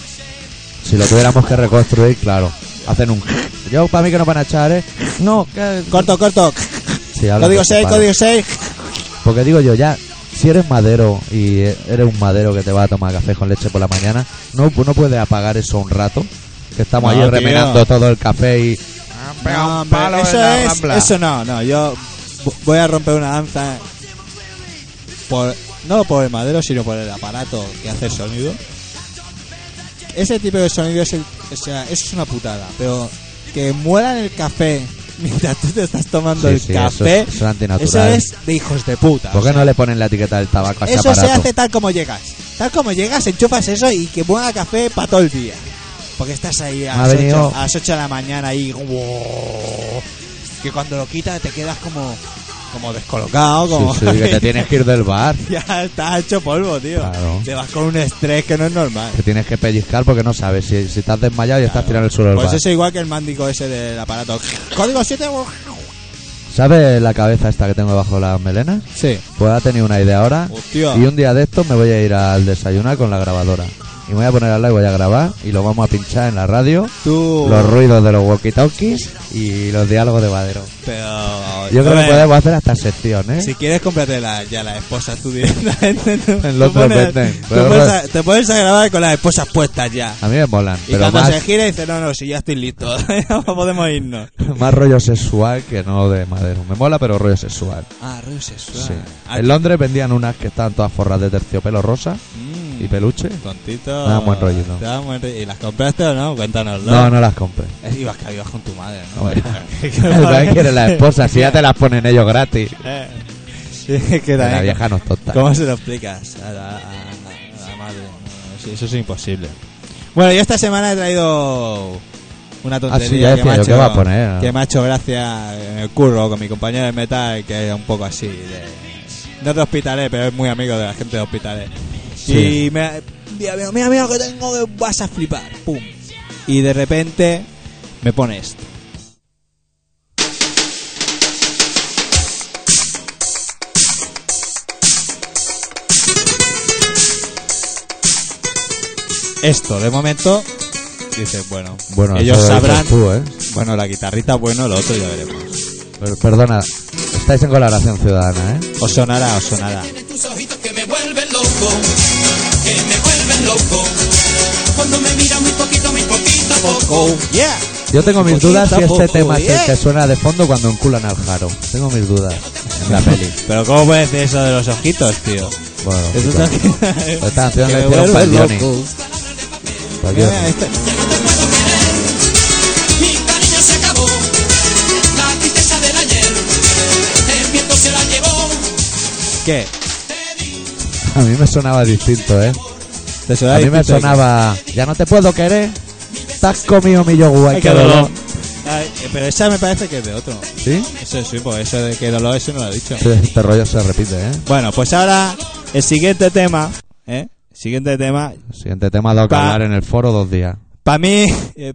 Speaker 2: si lo tuviéramos que reconstruir, claro, hacen un... [LAUGHS] Yo para mí que no van a echar, ¿eh? No, que...
Speaker 1: Corto, corto.
Speaker 2: Sí, hablan
Speaker 1: Código
Speaker 2: de
Speaker 1: 6,
Speaker 2: padre.
Speaker 1: código 6.
Speaker 2: Porque digo yo, ya, si eres madero y eres un madero que te va a tomar café con leche por la mañana, no, no puedes apagar eso un rato. Que estamos
Speaker 1: No,
Speaker 2: ahí
Speaker 1: tío.
Speaker 2: remenando todo el café y.
Speaker 1: No, Ah, hombre, eso es- Eso no, no. Yo vo- voy a romper una lanza. Por, no por el madero, sino por el aparato que hace el sonido. Ese tipo de sonido es, el- o sea, eso es una putada. Pero que mueran el café mientras tú te estás tomando
Speaker 2: Sí,
Speaker 1: el
Speaker 2: sí, eso
Speaker 1: café.
Speaker 2: es- eso es antinatural.
Speaker 1: eso es de hijos de puta.
Speaker 2: ¿Por
Speaker 1: o
Speaker 2: qué
Speaker 1: sea,
Speaker 2: no le ponen la etiqueta del tabaco a ese
Speaker 1: eso se
Speaker 2: aparato?
Speaker 1: hace tal como llegas. Tal como llegas, enchufas eso y que mueva café para todo el día. Porque estás ahí a
Speaker 2: Ha
Speaker 1: las,
Speaker 2: venido-
Speaker 1: 8, a las ocho de la mañana ahí. ¡guau! Que cuando lo quitas te quedas como, como descolocado. Como
Speaker 2: Sí, sí, que
Speaker 1: [LAUGHS]
Speaker 2: te tienes que ir del bar.
Speaker 1: ya estás hecho polvo, tío.
Speaker 2: Claro.
Speaker 1: Te vas con un estrés que no es normal.
Speaker 2: Que tienes que pellizcar porque no sabes si, si estás desmayado y estás tirando el suelo del
Speaker 1: Pues
Speaker 2: bar.
Speaker 1: eso es igual que el mándico ese del aparato. Código 7.
Speaker 2: ¿Sabes la cabeza esta que tengo bajo las melenas?
Speaker 1: Sí.
Speaker 2: Pues ha tenido una idea ahora.
Speaker 1: Hostia.
Speaker 2: Y un día de estos me voy a ir al desayunar con la grabadora. Y me voy a poner al lado y voy a grabar. Y lo vamos a pinchar en la radio.
Speaker 1: Tú.
Speaker 2: Los ruidos de los walkie-talkies y los diálogos de Badero.
Speaker 1: Pero.
Speaker 2: Yo creo que
Speaker 1: Hombre,
Speaker 2: podemos hacer hasta sección, ¿eh?
Speaker 1: Si quieres, cómprate la, ya la esposa tú directamente. [LAUGHS] Tú-
Speaker 2: En los
Speaker 1: tú pones-
Speaker 2: venden,
Speaker 1: tú
Speaker 2: pero-
Speaker 1: pones a- te puedes a grabar con las esposas puestas ya.
Speaker 2: A mí me molan,
Speaker 1: Y
Speaker 2: pero
Speaker 1: cuando se
Speaker 2: más,
Speaker 1: gira dice, no, no, si ya estoy listo, [LAUGHS] no podemos irnos.
Speaker 2: más rollo sexual que no de madero. Me mola, pero rollo sexual.
Speaker 1: Ah, rollo sexual.
Speaker 2: Sí.
Speaker 1: Ah,
Speaker 2: En Londres vendían unas que estaban todas forras de terciopelo rosa
Speaker 1: mm,
Speaker 2: y peluche.
Speaker 1: Tontito.
Speaker 2: Te da buen rollito.
Speaker 1: Te da buen rollo. ¿Y las compraste o no? Cuéntanoslo.
Speaker 2: No, no las compré.
Speaker 1: [LAUGHS] Es ibas que ibas con tu madre, ¿no? [LAUGHS]
Speaker 2: Hombre. ¿Sabes quién es Pues la esposa? Si ya te las ponen ellos gratis.
Speaker 1: Eh, es que
Speaker 2: La
Speaker 1: también-
Speaker 2: vieja no es tonta.
Speaker 1: eh, ¿Cómo se lo explicas a la, a- a la madre? No, sí, eso es imposible. Bueno, yo esta semana he traído una tontería
Speaker 2: Ah, sí, ya
Speaker 1: que, me
Speaker 2: decía
Speaker 1: ha
Speaker 2: yo,
Speaker 1: hecho,
Speaker 2: ¿qué va a poner, no?
Speaker 1: que me ha hecho gracia en el curro con mi compañero de metal, que era un poco así. de- no de hospitalet, pero es muy amigo de la gente de hospitalet.
Speaker 2: Sí.
Speaker 1: Y me mira, mira, mira, mira, que tengo que vas a flipar. Pum. Y de repente me pone esto. Esto, de momento, dice, bueno,
Speaker 2: Bueno,
Speaker 1: ellos
Speaker 2: eso lo dices
Speaker 1: sabrán.
Speaker 2: tú, ¿eh?
Speaker 1: Bueno, la guitarrita, bueno, lo otro ya veremos.
Speaker 2: Pero, perdona, estáis en colaboración ciudadana, ¿eh?
Speaker 1: Os sonará, os sonará.
Speaker 3: Tienen tus ojitos que me vuelven loco, que me vuelven loco. Cuando me miran muy poquito, muy poquito a poco.
Speaker 1: yeah.
Speaker 2: Yo tengo mis
Speaker 1: Poquito
Speaker 2: dudas si
Speaker 1: a
Speaker 2: este
Speaker 1: poco,
Speaker 2: tema es el
Speaker 1: yeah.
Speaker 2: que suena de fondo cuando enculan al jaro. Tengo mis dudas en
Speaker 1: [LAUGHS]
Speaker 2: la peli.
Speaker 1: Pero ¿cómo puedes decir eso de los ojitos, tío?
Speaker 2: Bueno,
Speaker 1: Eso
Speaker 2: chicos,
Speaker 1: también-
Speaker 2: esta canción
Speaker 1: Que [LAUGHS]
Speaker 2: la
Speaker 1: me
Speaker 2: hicieron para el
Speaker 1: vuelve
Speaker 2: Johnny.
Speaker 1: loco.
Speaker 2: Para el
Speaker 1: Mira,
Speaker 2: Johnny.
Speaker 1: mira, este-
Speaker 3: Mi cariño se acabó, la tristeza del ayer. El viento se la llevó.
Speaker 1: ¿Qué?
Speaker 2: [LAUGHS] A mí me sonaba distinto, ¿eh?
Speaker 1: Te sonaba
Speaker 2: A mí me
Speaker 1: distinto de-
Speaker 2: sonaba... Ya no te puedo querer. Estás comido mi yogur.
Speaker 1: Ay, qué dolor. Ay, eh, pero esa me parece que es de otro.
Speaker 2: ¿Sí?
Speaker 1: Eso sí, porque eso de que dolor, eso no lo he dicho.
Speaker 2: Sí, Este rollo se repite, ¿eh?
Speaker 1: Bueno, pues ahora el siguiente tema, ¿eh? Siguiente tema,
Speaker 2: Siguiente tema ha dado que
Speaker 1: Pa-
Speaker 2: hablar en el foro dos días.
Speaker 1: para mí,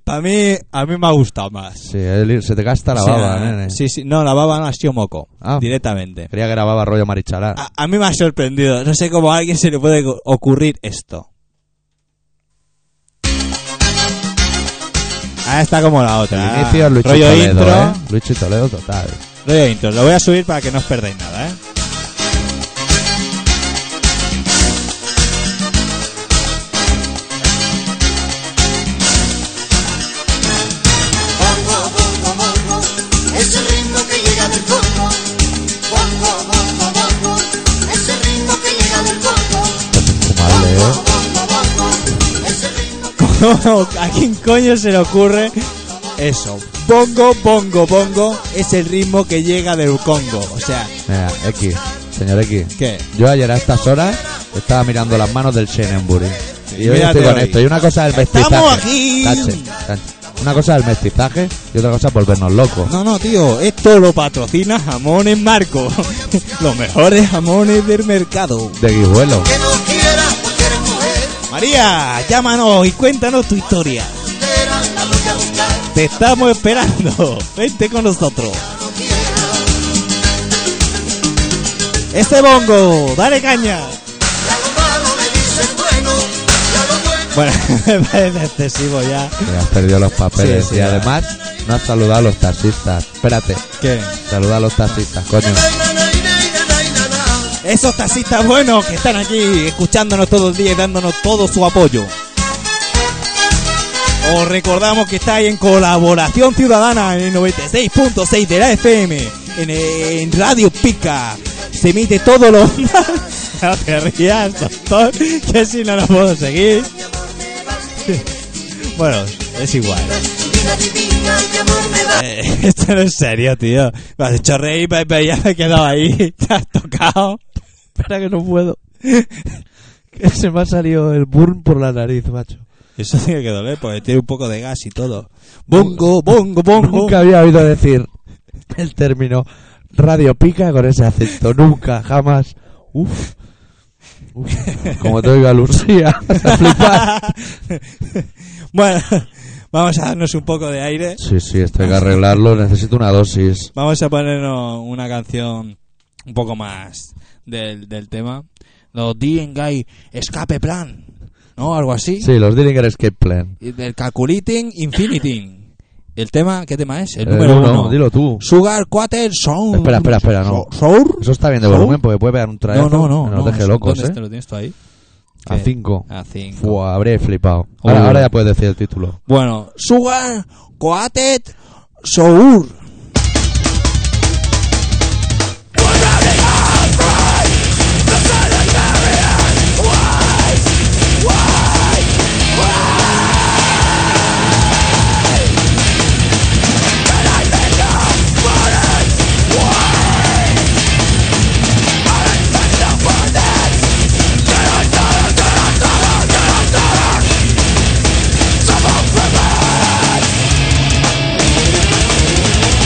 Speaker 1: para mí, a mí me ha gustado más.
Speaker 2: Sí, el- se te gasta la
Speaker 1: O sea,
Speaker 2: baba, nene.
Speaker 1: Sí, sí, no, la baba no ha sido moco,
Speaker 2: Ah.
Speaker 1: directamente.
Speaker 2: Creía que era baba rollo marichalá.
Speaker 1: A, a mí me ha sorprendido, no sé cómo a alguien se le puede ocurrir esto. Ahora está como la otra.
Speaker 2: El inicio es Luis
Speaker 1: rollo
Speaker 2: Toledo,
Speaker 1: intro,
Speaker 2: ¿eh? Luis Toledo total.
Speaker 1: rollo intro. Lo voy a subir para que no os perdáis nada, ¿eh?
Speaker 7: Bongo, bongo, bongo, es el ritmo que llega del Congo. Bongo, bongo, bongo, es el ritmo que llega del Congo.
Speaker 2: Fumarle, ¿eh?
Speaker 7: Bongo, bongo, es el ritmo
Speaker 1: ¿Cómo- ¿A quién coño se le ocurre eso? Bongo, bongo, bongo es el ritmo que llega del Congo. O sea,
Speaker 2: Mira, X, señor X.
Speaker 1: ¿qué?
Speaker 2: Yo ayer a estas horas estaba mirando las manos del Shenenbury. Y yo ya
Speaker 1: mírate
Speaker 2: estoy con
Speaker 1: hoy.
Speaker 2: esto. Y una cosa es el mestizaje.
Speaker 1: ¡Estamos aquí!
Speaker 2: Cache, cache. Una cosa es el mestizaje y otra cosa es volvernos locos.
Speaker 1: No, no, tío, esto lo patrocina Jamones Marco. [LAUGHS] Los mejores jamones del mercado.
Speaker 2: De guijuelo.
Speaker 7: que no quiera, quiere coger,
Speaker 1: María, llámanos y cuéntanos tu historia.
Speaker 7: entera, la voy a buscar,
Speaker 1: Te estamos esperando. [LAUGHS] Vente con nosotros.
Speaker 7: no quiera.
Speaker 1: Este bongo, dale caña.
Speaker 7: Ya lo malo le dicen bueno, ya lo bueno.
Speaker 1: Bueno, [LAUGHS] me parece excesivo ya.
Speaker 2: Que has perdido los papeles.
Speaker 1: Sí, sí,
Speaker 2: y
Speaker 1: ya.
Speaker 2: además, no has saludado a los taxistas. Espérate,
Speaker 1: ¿Qué?
Speaker 2: saluda a los taxistas, coño.
Speaker 7: Nai, na, nai, nai, na, nai, na, na.
Speaker 1: Esos taxistas buenos que están aquí escuchándonos todo el día y dándonos todo su apoyo. Os recordamos que estáis en colaboración ciudadana en el 96.6 de la FM, en, en Radio Pica. Se emite todo lo... [LAUGHS] no te rías, doctor, que si no lo puedo seguir. [LAUGHS] bueno, es igual.
Speaker 7: Divina, divina, mi amor me da.
Speaker 1: Eh, esto no es serio, tío. Me has hecho reír, pero- pero ya me he quedado ahí. [LAUGHS] Te has tocado.
Speaker 2: Espera que no puedo. [LAUGHS] Se me ha salido el burn por la nariz, macho.
Speaker 1: Eso tiene que doler porque tiene un poco de gas y todo. Bongo, bongo, bongo.
Speaker 2: Nunca había oído decir el término radio pica con ese acento. Nunca, jamás. Uf. Uf. Como te oiga Lucía. vas a flipar.
Speaker 1: [LAUGHS] bueno, vamos a darnos un poco de aire.
Speaker 2: Sí, sí, esto hay que arreglarlo. Necesito una dosis.
Speaker 1: Vamos a ponernos una canción un poco más del, del tema. Los D&Guy Escape Plan. ¿No? Algo así.
Speaker 2: Sí, los Dillinger Escape Plan.
Speaker 1: Y Del Calculating Infinity. ¿El tema? ¿Qué tema es? El
Speaker 2: Eh,
Speaker 1: número
Speaker 2: uno,
Speaker 1: uno.
Speaker 2: Dilo tú.
Speaker 1: Sugar Quater Sound.
Speaker 2: Espera, espera, espera, no.
Speaker 1: Sour.
Speaker 2: Eso está bien de
Speaker 1: ¿No?
Speaker 2: volumen porque puede pegar un traje.
Speaker 1: No, no, no.
Speaker 2: nos
Speaker 1: no,
Speaker 2: deje locos,
Speaker 1: ¿Dónde
Speaker 2: ¿eh?
Speaker 1: te lo tienes tú ahí? Eh,
Speaker 2: A
Speaker 1: ¿Qué?
Speaker 2: 5.
Speaker 1: A cinco.
Speaker 2: Fua, habré flipado. Ahora,
Speaker 1: Uy.
Speaker 2: ahora ya puedes decir el título.
Speaker 1: Bueno, Sugar Coated Sour.
Speaker 7: Somos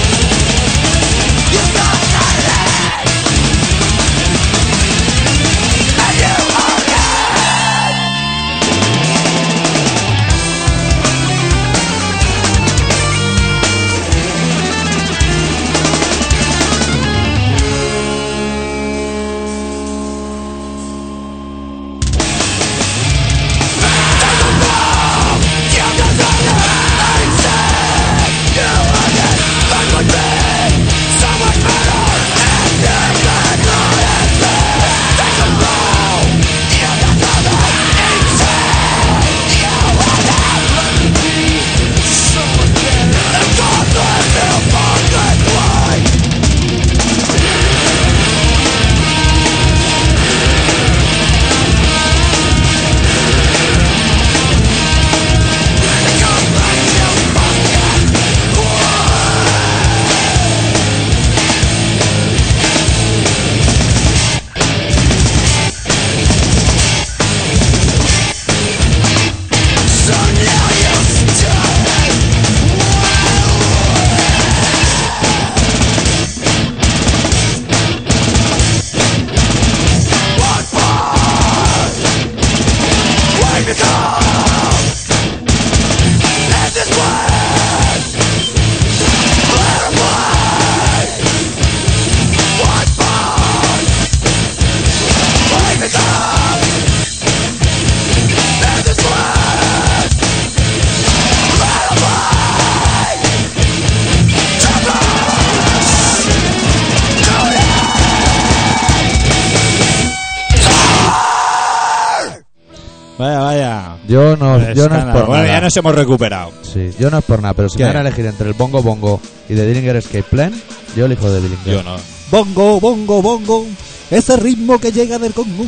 Speaker 1: Vaya, vaya.
Speaker 2: Yo no, yo no es
Speaker 1: Escándalo.
Speaker 2: por
Speaker 1: bueno,
Speaker 2: nada.
Speaker 1: ya nos hemos recuperado.
Speaker 2: Sí, yo no es por nada, pero si
Speaker 1: ¿Qué?
Speaker 2: me van a elegir entre el Bongo Bongo y The Dillinger Escape Plan, yo elijo The Dillinger.
Speaker 1: Yo no. Bongo, bongo, bongo. Ese ritmo que llega del Congo.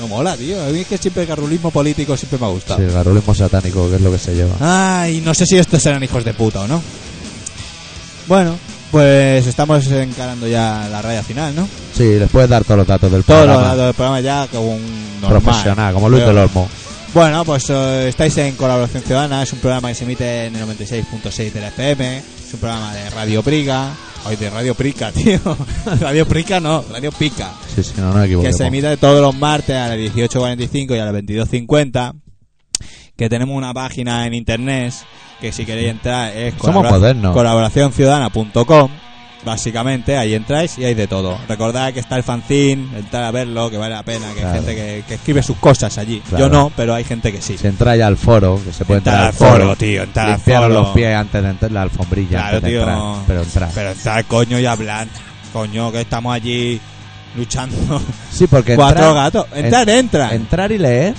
Speaker 1: No mola, tío. A mí es que siempre el garrulismo político siempre me ha gustado.
Speaker 2: Sí, el garulismo satánico, que es lo que se lleva.
Speaker 1: Ay, no sé si estos eran hijos de puta o no. Bueno, pues estamos encarando ya la raya final, ¿no?
Speaker 2: Sí, les puedes dar todos los datos del
Speaker 1: Todo lo
Speaker 2: programa.
Speaker 1: dado del programa ya como un normal.
Speaker 2: profesional, como Luis
Speaker 1: Pero-
Speaker 2: del Olmo.
Speaker 1: Bueno, pues eh, estáis en Colaboración Ciudadana, es un programa que se emite en el 96.6 de la FM, es un programa de Radio Priga, hoy de Radio Prica, [LAUGHS] tío. Radio Prica no, Radio Pica.
Speaker 2: Sí, sí, no, no me
Speaker 1: que
Speaker 2: equivoquemos.
Speaker 1: se emite todos los martes a las 18.45 y a las 22.50. Que tenemos una página en internet que si queréis entrar es
Speaker 2: Somos
Speaker 1: colabora-
Speaker 2: modernos.
Speaker 1: colaboracionciudadana.com. Básicamente, ahí entráis y hay de todo. Recordad que está el fanzine, entrar a verlo, que vale la pena, que
Speaker 2: Claro.
Speaker 1: hay gente que, que escribe sus cosas allí.
Speaker 2: Claro.
Speaker 1: Yo no, pero hay gente que sí.
Speaker 2: Si entra ya al foro, que se puede
Speaker 1: Entrar
Speaker 2: entrar
Speaker 1: al foro, tío, entrar al
Speaker 2: Limpiaros
Speaker 1: foro.
Speaker 2: los pies antes de entrar, la alfombrilla
Speaker 1: Claro,
Speaker 2: antes de
Speaker 1: tío.
Speaker 2: entrar, pero entrar.
Speaker 1: Pero entrar, coño, y hablar. Coño, que estamos allí luchando.
Speaker 2: sí, porque entrar,
Speaker 1: [LAUGHS] Cuatro gatos. Entrar, entra.
Speaker 2: entrar y leer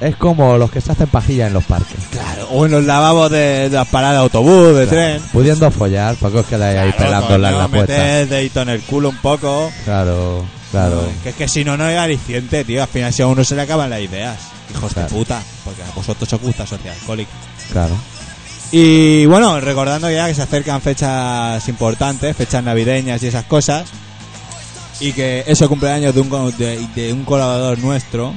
Speaker 2: es como los que se hacen pajilla en los parques.
Speaker 1: Claro, o en los lavabos de, de las paradas de autobús, de tren.
Speaker 2: Pudiendo follar, ¿para qué os quedáis ahí
Speaker 1: Claro,
Speaker 2: pelándola en
Speaker 1: coño,
Speaker 2: la puerta?
Speaker 1: meter el dedito en el culo un poco.
Speaker 2: Claro, claro.
Speaker 1: Ay, Que es que si no, no es aliciente, tío. Al final, si a uno se le acaban las ideas. Hijos
Speaker 2: Claro.
Speaker 1: de puta. Porque a vosotros os gusta Social Alcohólica.
Speaker 2: Claro.
Speaker 1: Y bueno, recordando ya que se acercan fechas importantes, fechas navideñas y esas cosas. Y que es el cumpleaños de un, co- de, de un colaborador nuestro,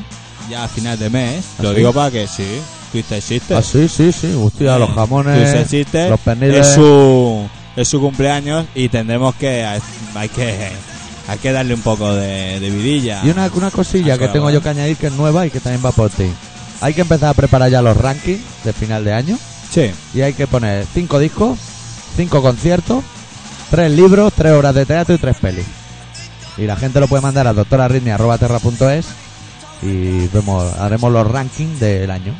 Speaker 1: ya a final de mes.
Speaker 2: ¿Ah,
Speaker 1: Lo
Speaker 2: sí?
Speaker 1: digo para que sí, Twister existe.
Speaker 2: Ah, sí, sí, sí. Hostia, los
Speaker 1: Dulce
Speaker 2: jamones,
Speaker 1: existe.
Speaker 2: los peniles.
Speaker 1: Es su, es su cumpleaños y tendremos que. Hay que, hay que darle un poco de, de vidilla.
Speaker 2: Y una, una cosilla
Speaker 1: Ah,
Speaker 2: que
Speaker 1: claro,
Speaker 2: tengo
Speaker 1: bueno.
Speaker 2: yo que añadir que es nueva y que también va por ti. Hay que empezar a preparar ya los rankings de final de año
Speaker 1: Sí,
Speaker 2: y hay que poner cinco discos, cinco conciertos, tres libros, tres obras de teatro y tres pelis. Y la gente lo puede mandar a doctorarritmia.terra.es y vemos, haremos los rankings del año.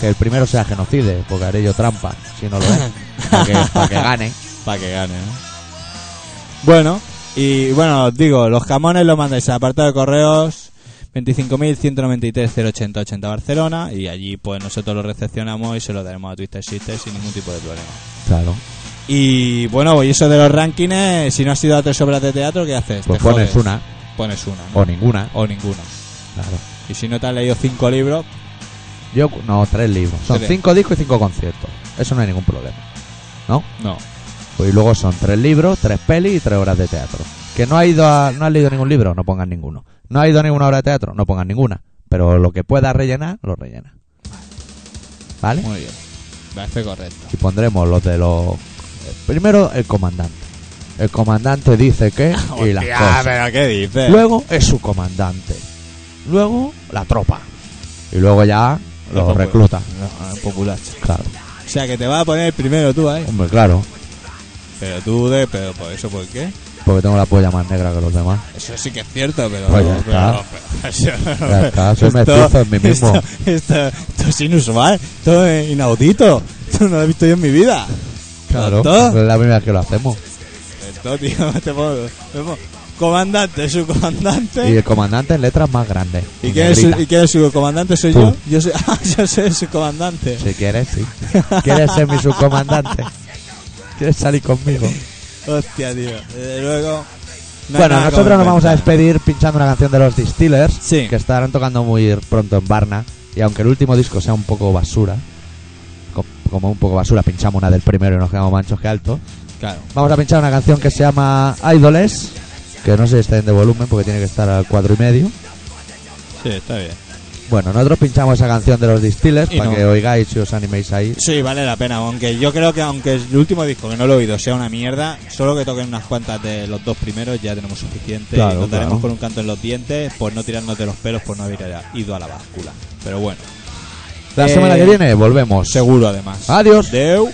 Speaker 2: Que el primero sea genocide, porque haré yo trampa, si no
Speaker 1: [LAUGHS]
Speaker 2: lo es, para que, pa' que gane.
Speaker 1: para que gane. ¿no? Bueno, y bueno, os digo, los jamones los mandáis al apartado de correos 25.193.080.80 Barcelona y allí pues nosotros lo recepcionamos y se lo daremos a Twister Sister sin ningún tipo de problema.
Speaker 2: Claro.
Speaker 1: Y bueno, y eso de los rankings, si no has ido a tres obras de teatro, ¿qué haces?
Speaker 2: Pues
Speaker 1: Te
Speaker 2: pones
Speaker 1: jodes.
Speaker 2: una
Speaker 1: Pones una. ¿no?
Speaker 2: o ninguna.
Speaker 1: o ninguna.
Speaker 2: Claro.
Speaker 1: Y si no te has leído cinco libros,
Speaker 2: Yo, no, tres libros. Son
Speaker 1: Tres.
Speaker 2: cinco discos y cinco conciertos. Eso no hay ningún problema.
Speaker 1: no.
Speaker 2: Pues y luego son tres libros, tres pelis y tres horas de teatro. Que no ha ido a- no has leído ningún libro, no pongas ninguno. No ha ido a ninguna obra de teatro, no pongas ninguna. Pero lo que pueda rellenar, lo rellena. ¿Vale?
Speaker 1: Muy bien. Me parece correcto.
Speaker 2: Y pondremos los de los. eh, Primero el comandante. El comandante
Speaker 1: [LAUGHS]
Speaker 2: dice que y las
Speaker 1: Hostia,
Speaker 2: cosas.
Speaker 1: pero ¿qué dices?
Speaker 2: Luego es su comandante. Luego la tropa. Y luego ya
Speaker 1: Los
Speaker 2: los
Speaker 1: populares.
Speaker 2: recluta.
Speaker 1: No, populacho.
Speaker 2: Claro.
Speaker 1: O sea, que te vas a poner primero tú ¿eh? ahí.
Speaker 2: Hombre, claro.
Speaker 1: Pero tú de... Pero por eso, ¿por qué?
Speaker 2: Porque tengo la polla más negra que los demás.
Speaker 1: Eso sí que es cierto, pero...
Speaker 2: Pues ya está. [LAUGHS] Ya está, soy mestizo en mí mismo.
Speaker 1: Esto, esto- esto es inusual. Esto es inaudito. [LAUGHS] Esto no lo he visto yo en mi vida.
Speaker 2: Es
Speaker 1: Esto,
Speaker 2: la primera vez que lo hacemos.
Speaker 1: esto, tío, [LAUGHS] te pongo- te pongo- Comandante, su comandante.
Speaker 2: Y el comandante en letras más grandes.
Speaker 1: ¿Y
Speaker 2: en
Speaker 1: quién, es su,
Speaker 2: negrita.
Speaker 1: y quién es su comandante? ¿Soy
Speaker 2: Tú.
Speaker 1: yo? Yo soy, [LAUGHS] ah, yo soy su comandante.
Speaker 2: Si quieres, sí. ¿Quieres ser mi subcomandante? ¿Quieres salir conmigo?
Speaker 1: Hostia, tío. Desde luego. no hay
Speaker 2: bueno,
Speaker 1: nada
Speaker 2: nosotros nos
Speaker 1: como
Speaker 2: vamos a
Speaker 1: inventar.
Speaker 2: despedir pinchando una canción de los Distillers.
Speaker 1: Sí.
Speaker 2: Que estarán tocando muy pronto en Varna. Y aunque el último disco sea un poco basura, co- como un poco basura, pinchamos una del primero y nos quedamos manchos que alto.
Speaker 1: Claro.
Speaker 2: Vamos a pinchar una canción que se llama Idoles. Que no sé si está bien de volumen porque tiene que estar al cuadro y medio.
Speaker 1: Sí, está bien.
Speaker 2: Bueno, nosotros pinchamos esa canción de los Distillers
Speaker 1: Y
Speaker 2: para
Speaker 1: no.
Speaker 2: que oigáis y os animéis ahí.
Speaker 1: Sí, vale la pena. Aunque yo creo que, aunque el último disco que no lo he oído sea una mierda, solo que toquen unas cuantas de los dos primeros ya tenemos suficiente.
Speaker 2: Claro,
Speaker 1: y nos daremos
Speaker 2: claro.
Speaker 1: con un canto en los dientes por no tirarnos de los pelos por no haber ido a la báscula. Pero bueno,
Speaker 2: La
Speaker 1: Eh,
Speaker 2: semana que viene volvemos.
Speaker 1: seguro además.
Speaker 2: Adiós.
Speaker 1: Deu.